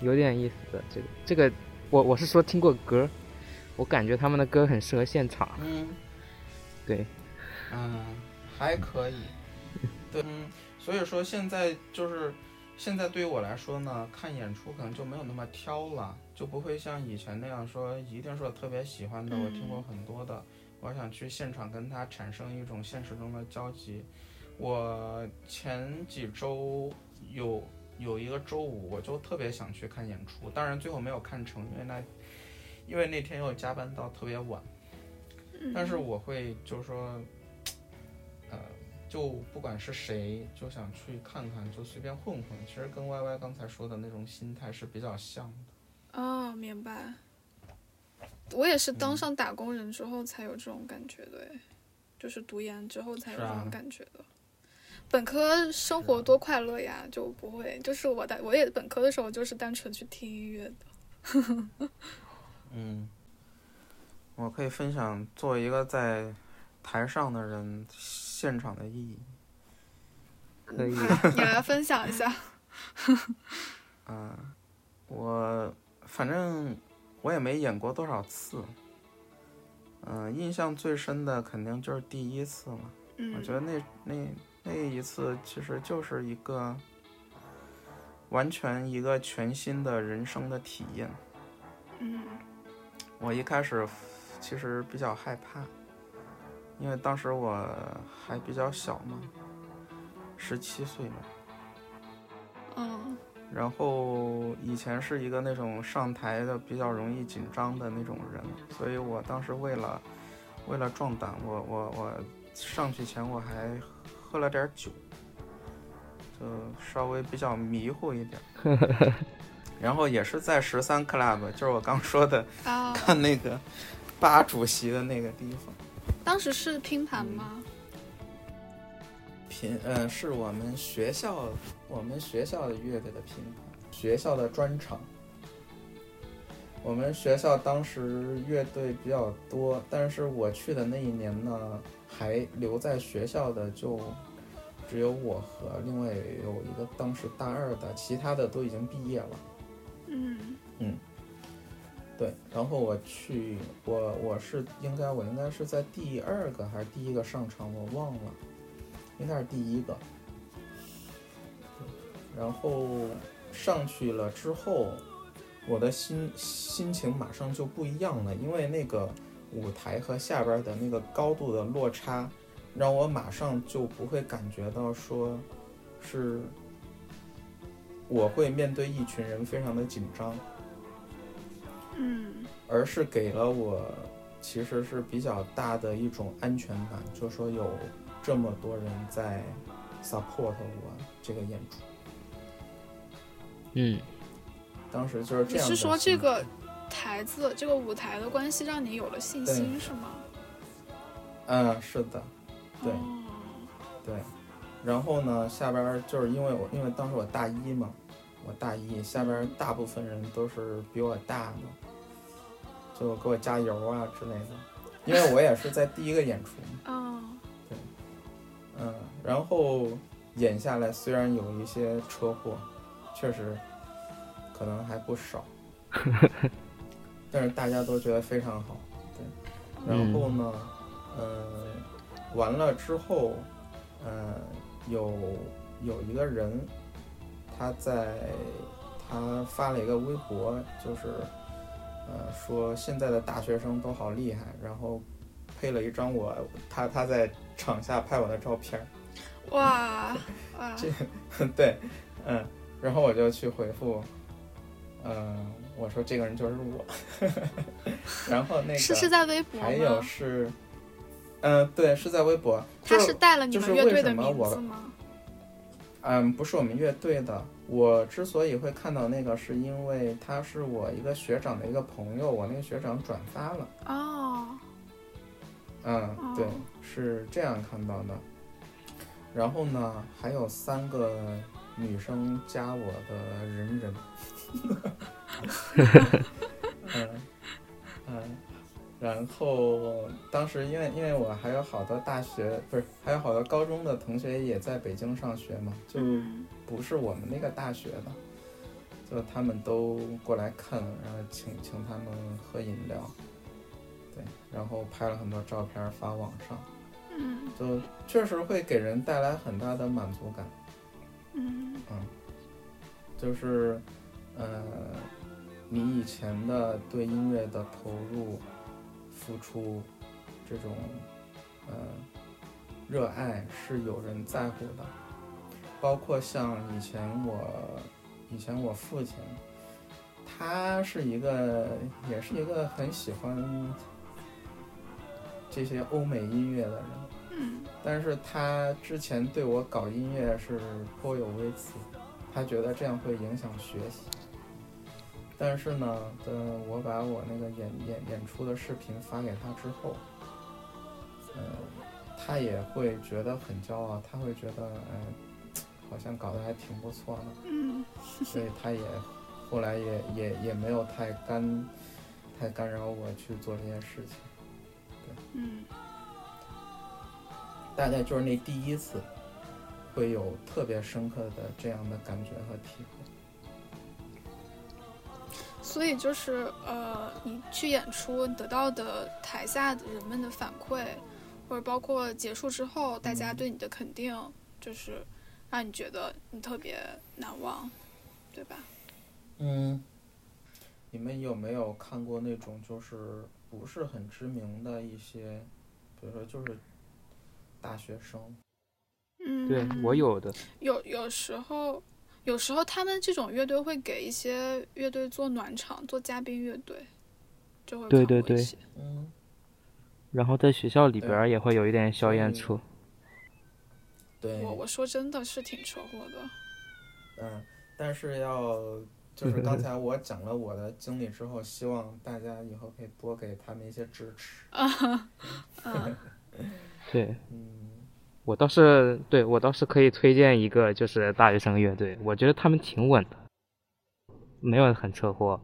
Speaker 3: 有点意思的这个这个，我我是说听过歌，我感觉他们的歌很适合现场。
Speaker 1: 嗯
Speaker 3: 对，
Speaker 1: 嗯，还可以。对，嗯，所以说现在就是现在对于我来说呢，看演出可能就没有那么挑了，就不会像以前那样说一定是我特别喜欢的，
Speaker 2: 嗯
Speaker 1: 我听过很多的，我想去现场跟他产生一种现实中的交集。我前几周有有一个周五，我就特别想去看演出，当然最后没有看成，因为那因为那天又加班到特别晚。但是我会就是说，呃，就不管是谁，就想去看看，就随便混混。其实跟 Y Y 刚才说的那种心态是比较像的。
Speaker 2: 哦，明白。我也是
Speaker 1: 嗯
Speaker 2: 当上打工人之后才有这种感觉的，哎就是读研之后才有
Speaker 1: 是
Speaker 2: 这
Speaker 1: 啊
Speaker 2: 种感觉的。本科生活多快乐呀，
Speaker 1: 嗯
Speaker 2: 就不会，就是我的，我也本科的时候就是单纯去听音乐的。
Speaker 1: 嗯，我可以分享做一个在台上的人现场的意义。
Speaker 3: 可以。
Speaker 2: 你来分享一下。
Speaker 1: 啊、我反正我也没演过多少次。嗯、印象最深的肯定就是第一次了。
Speaker 2: 嗯，
Speaker 1: 我觉得那那那一次其实就是一个完全一个全新的人生的体验。
Speaker 2: 嗯
Speaker 1: 我一开始其实比较害怕，因为当时我还比较小嘛，十七岁嘛。
Speaker 2: 嗯
Speaker 1: 然后以前是一个那种上台的比较容易紧张的那种人，所以我当时为了为了壮胆，我我我上去前我还喝了点酒，就稍微比较迷糊一点。然后也是在十三 club，就是我刚说的
Speaker 2: 啊，
Speaker 1: 看那个八主席的那个地方。
Speaker 2: 当时是拼盘吗？
Speaker 1: 拼，呃，是我们学校我们学校的乐队的拼盘，学校的专场。我们学校当时乐队比较多，但是我去的那一年呢，还留在学校的就只有我和另外有一个当时大二的，其他的都已经毕业了。
Speaker 2: 嗯
Speaker 1: 对，然后我去，我我是应该我应该是在第二个还是第一个上场，我忘了，应该是第一个。然后上去了之后，我的心心情马上就不一样了，因为那个舞台和下边的那个高度的落差，让我马上就不会感觉到说是我会面对一群人非常的紧张。
Speaker 2: 嗯嗯
Speaker 1: 而是给了我其实是比较大的一种安全感，就说有这么多人在 support 我这个演出。
Speaker 3: 嗯，
Speaker 1: 当时就是这
Speaker 2: 你
Speaker 1: 样。
Speaker 2: 是说这个台子、这个舞台的关系让你有了信
Speaker 1: 对
Speaker 2: 心是吗？
Speaker 1: 嗯，是的，对
Speaker 2: 哦
Speaker 1: 对。然后呢，下边儿就是因为我，因为当时我大一嘛，我大一，下边儿大部分人都是比我大的，就给我加油啊之类的。因为我也是在第一个演出嘛，
Speaker 2: 哦，
Speaker 1: 嗯，然后演下来虽然有一些车祸，确实可能还不少，但是大家都觉得非常好。对，然后呢，呃，完了之后，呃，有有一个人，他在他发了一个微博，就是呃说现在的大学生都好厉害，然后配了一张我他他在场下拍我的照片儿。
Speaker 2: 哇呃哇，
Speaker 1: 这对，嗯，然后我就去回复，嗯、我说这个人就是我， 然后那个
Speaker 2: 是是在微博
Speaker 1: 还有
Speaker 2: 吗？
Speaker 1: 是，嗯、对，是在微博，
Speaker 2: 他
Speaker 1: 就是
Speaker 2: 带了你
Speaker 1: 就
Speaker 2: 们
Speaker 1: 是
Speaker 2: 乐
Speaker 1: 为
Speaker 2: 队
Speaker 1: 什
Speaker 2: 的
Speaker 1: 么
Speaker 2: 名
Speaker 1: 我
Speaker 2: 字吗？
Speaker 1: 嗯，不是我们乐队的。我之所以会看到那个，是因为他是我一个学长的一个朋友，我那个学长转发了。
Speaker 2: 哦，
Speaker 1: 嗯，对
Speaker 2: 哦，
Speaker 1: 是这样看到的。然后呢，还有三个女生加我的人人，嗯嗯，然后当时因为因为我还有好多大学不是还有好多高中的同学也在北京上学嘛，就
Speaker 2: 嗯
Speaker 1: 不是我们那个大学的，就他们都过来看，然后请请他们喝饮料，对，然后拍了很多照片儿发网上，
Speaker 2: 嗯
Speaker 1: 就确实会给人带来很大的满足感，
Speaker 2: 嗯
Speaker 1: 就是，呃，你以前的对音乐的投入、付出，这种，呃，热爱是有人在乎的。包括像以前我，以前我父亲，他是一个，也是一个很喜欢这些欧美音乐的人，
Speaker 2: 嗯，
Speaker 1: 但是他之前对我搞音乐是颇有微词，他觉得这样会影响学习。但是呢，呃，我把我那个演演演出的视频发给他之后，呃，他也会觉得很骄傲，他会觉得，嗯、好像搞得还挺不错的。
Speaker 2: 嗯
Speaker 1: 所以他也后来也也也没有太干太干扰我去做这件事情。
Speaker 2: 嗯
Speaker 1: 大概就是那第一次，会有特别深刻的这样的感觉和体会。
Speaker 2: 所以就是呃，你去演出得到的台下的人们的反馈，或者包括结束之后大
Speaker 3: 嗯
Speaker 2: 家对你的肯定，就是让你觉得你特别难忘，对吧？
Speaker 1: 嗯，你们有没有看过那种就是不是很知名的一些，比如说就是大学生，
Speaker 2: 嗯，
Speaker 3: 对我有的，
Speaker 2: 有有时候，有时候他们这种乐队会给一些乐队做暖场，做嘉宾乐队，就会
Speaker 3: 对
Speaker 2: 跑
Speaker 3: 对
Speaker 2: 过一
Speaker 3: 对
Speaker 2: 些
Speaker 1: 嗯，
Speaker 3: 然后在学校里边
Speaker 1: 对
Speaker 3: 儿也会有一点小演
Speaker 1: 嗯
Speaker 3: 出。
Speaker 1: 对，
Speaker 2: 我我说真的是挺车祸的，
Speaker 1: 嗯，但是要就是刚才我讲了我的经历之后，希望大家以后可以多给他们一些支持。
Speaker 2: 嗯
Speaker 3: 对
Speaker 1: 嗯，
Speaker 3: 我倒是对我倒是可以推荐一个，就是大学生乐队，我觉得他们挺稳的，没有很车祸，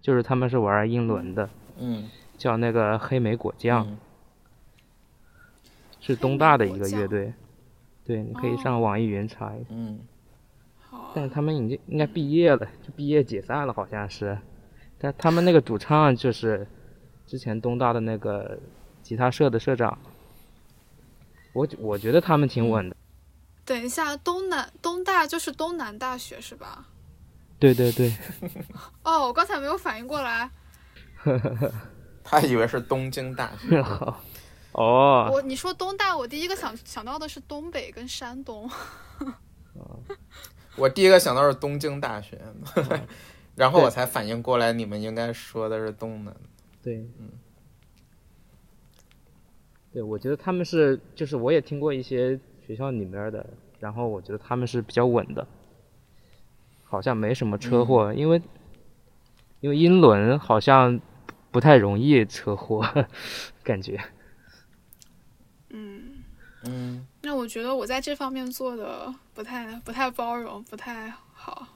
Speaker 3: 就是他们是玩英伦的，
Speaker 1: 嗯，
Speaker 3: 叫那个黑莓果酱，
Speaker 1: 嗯
Speaker 3: 是
Speaker 2: 黑
Speaker 3: 东
Speaker 2: 莓
Speaker 3: 大的
Speaker 2: 果
Speaker 3: 一个乐
Speaker 2: 酱
Speaker 3: 队。对，你可以
Speaker 2: 哦
Speaker 3: 上网易云查一下。
Speaker 1: 嗯
Speaker 2: 好啊，
Speaker 3: 但是他们已经应该毕业了，就毕业解散了，好像是。但他们那个主唱就是之前东大的那个吉他社的社长，我我觉得他们挺稳的。
Speaker 2: 等一下，东南东大就是东南大学是吧？
Speaker 3: 对对 对，
Speaker 2: 哦，我刚才没有反应过来，
Speaker 1: 他以为是东京大学。
Speaker 3: 好，哦，
Speaker 2: 我你说东大，我第一个想想到的是东北跟山东，
Speaker 1: 我第一个想到是东京大学， 然后
Speaker 3: 对
Speaker 1: 我才反应过来，你们应该说的是动能。
Speaker 3: 对，
Speaker 1: 嗯，
Speaker 3: 对，我觉得他们是，就是我也听过一些学校里面的，然后我觉得他们是比较稳的，好像没什么车祸，因为因为英伦好像不太容易车祸，感觉
Speaker 2: 嗯。
Speaker 1: 嗯，
Speaker 2: 那我觉得我在这方面做的不太不太包容，不太好。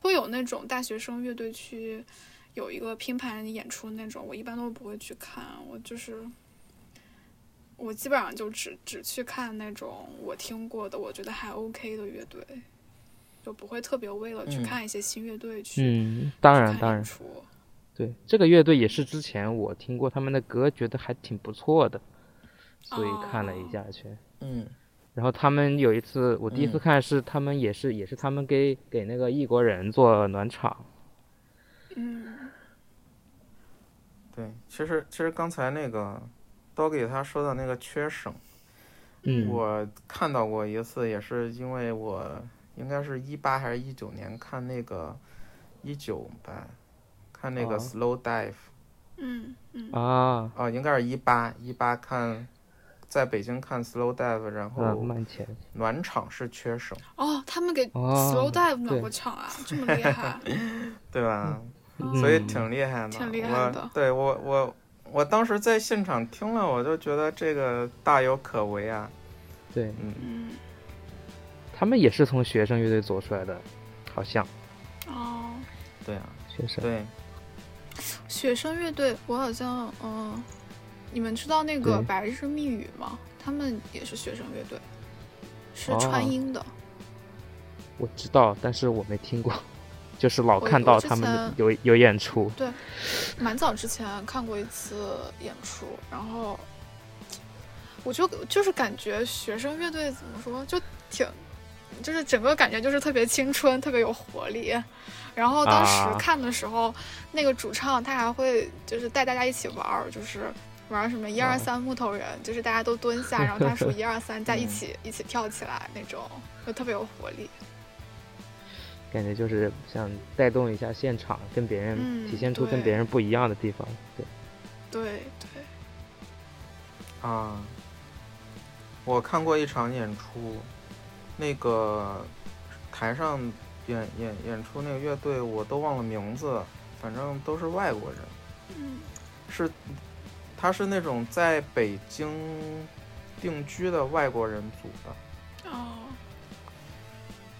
Speaker 2: 会有那种大学生乐队去有一个拼盘演出那种，我一般都不会去看。我就是我基本上就只只去看那种我听过的，我觉得还 OK 的乐队，就不会特别为了去
Speaker 1: 嗯
Speaker 2: 看一些新乐队去。
Speaker 3: 嗯，当然
Speaker 2: 去看
Speaker 3: 当
Speaker 2: 演
Speaker 3: 然，
Speaker 2: 出
Speaker 3: 对，这个乐队也是之前我听过他们的歌，觉得还挺不错的，所以看了一
Speaker 2: 哦
Speaker 3: 下去。
Speaker 1: 嗯
Speaker 3: 然后他们有一次，我第一次
Speaker 1: 嗯
Speaker 3: 看是他们也是、也是他们给给那个异国人做暖场，
Speaker 2: 嗯，
Speaker 1: 对，其实其实刚才那个 Doggy 他说的那个缺省，
Speaker 3: 嗯，
Speaker 1: 我看到过一次，也是因为我应该是一八还是一九年看那个一九吧，看那
Speaker 3: 哦
Speaker 1: 个 Slow Dive
Speaker 2: 嗯嗯
Speaker 3: 啊，
Speaker 1: 啊、应该是一八一八看，在北京看 Slow Dive，然
Speaker 3: 嗯，
Speaker 1: 后
Speaker 3: 慢前，
Speaker 1: 暖场是缺省，
Speaker 2: 哦，他们给
Speaker 3: 哦
Speaker 2: Slow Dive 暖
Speaker 3: 对
Speaker 2: 过场 啊，这么厉害，
Speaker 1: 对吧？
Speaker 2: 哦
Speaker 1: 所以
Speaker 3: 嗯
Speaker 1: 挺厉害的。
Speaker 2: 挺厉害的
Speaker 1: 我对我我我当时在现场听了，我就觉得这个大有可为啊。
Speaker 3: 对
Speaker 1: 嗯，
Speaker 2: 嗯。
Speaker 3: 他们也是从学生乐队走出来的，好像
Speaker 2: 哦，
Speaker 1: 对啊，
Speaker 3: 学生
Speaker 1: 对，
Speaker 2: 学生乐队，我好像嗯、你们知道那个
Speaker 3: 对
Speaker 2: 《白日密语》吗？他们也是学生乐队，是
Speaker 3: 哦
Speaker 2: 川音的。
Speaker 3: 我知道，但是我没听过，就是老
Speaker 2: 我
Speaker 3: 看
Speaker 2: 我
Speaker 3: 到
Speaker 2: 之
Speaker 3: 他们的
Speaker 2: 前
Speaker 3: 有有演出，
Speaker 2: 蛮早之前看过一次演出，然后我就就是感觉学生乐队怎么说，就挺，就是整个感觉就是特别青春，特别有活力。然后当时
Speaker 3: 啊
Speaker 2: 看的时候，那个主唱他还会就是带大家一起玩儿，就是玩儿什么一二三木头人，就是大家都蹲下，然后他数一二三，再一起一起跳起来那种，就特别有活力。
Speaker 3: 感觉就是想带动一下现场，跟别人、
Speaker 2: 嗯
Speaker 3: 体现出跟
Speaker 2: 对
Speaker 3: 别人不一样的地方，对，
Speaker 2: 对对，
Speaker 1: 啊，我看过一场演出，那个台上演演演出那个乐队我都忘了名字，反正都是外国人，
Speaker 2: 嗯
Speaker 1: 是他是那种在北京定居的外国人组的。
Speaker 2: 哦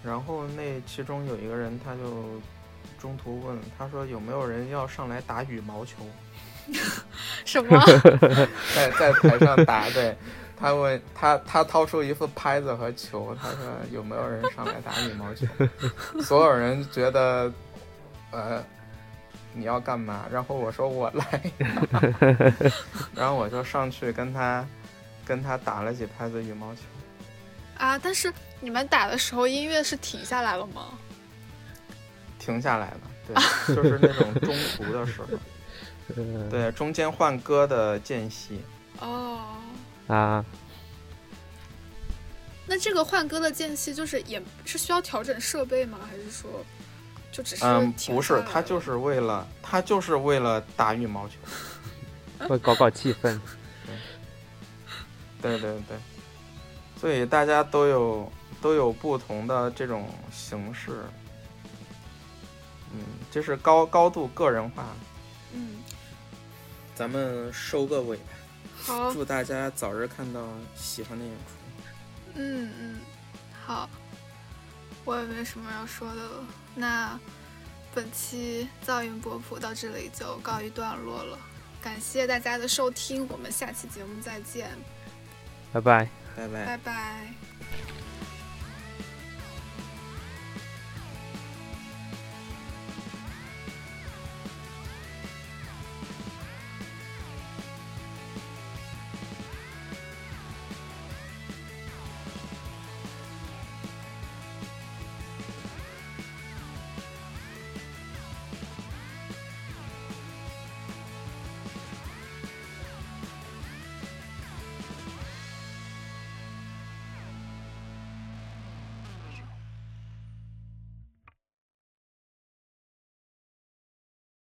Speaker 1: 然后那其中有一个人，他就中途问他说有没有人要上来打羽毛球，
Speaker 2: 什么？
Speaker 1: 在在台上打对。他问他，他掏出一副拍子和球，他说有没有人上来打羽毛球？ 所有人觉得，呃，你要干嘛？然后我说我来， 然后我就上去跟他，跟他打了几拍子羽毛球。
Speaker 2: 啊！但是你们打的时候音乐是停下来了吗？
Speaker 1: 停下来了，对，就是那种中途的时候，
Speaker 3: 嗯、
Speaker 1: 对，中间换歌的间隙，
Speaker 2: 哦，
Speaker 3: 啊，
Speaker 2: 那这个换歌的间隙就是也是需要调整设备吗？还是说就只是
Speaker 1: 嗯，
Speaker 2: 停
Speaker 1: 不
Speaker 2: 下来
Speaker 1: 是
Speaker 2: 了，
Speaker 1: 他就是为了他就是为了打羽毛球，
Speaker 3: 会搞搞气氛，
Speaker 1: 对对对，所以大家都有都有不同的这种形式，嗯，这是高高度个人化。
Speaker 2: 嗯
Speaker 1: 咱们收个尾吧，
Speaker 2: 好
Speaker 1: 祝大家早日看到喜欢的演出。
Speaker 2: 嗯嗯好，我也没什么要说的了。那本期噪音波普到这里就告一段落了，感谢大家的收听，我们下期节目再见，
Speaker 3: 拜拜。
Speaker 1: 拜拜
Speaker 2: 拜拜。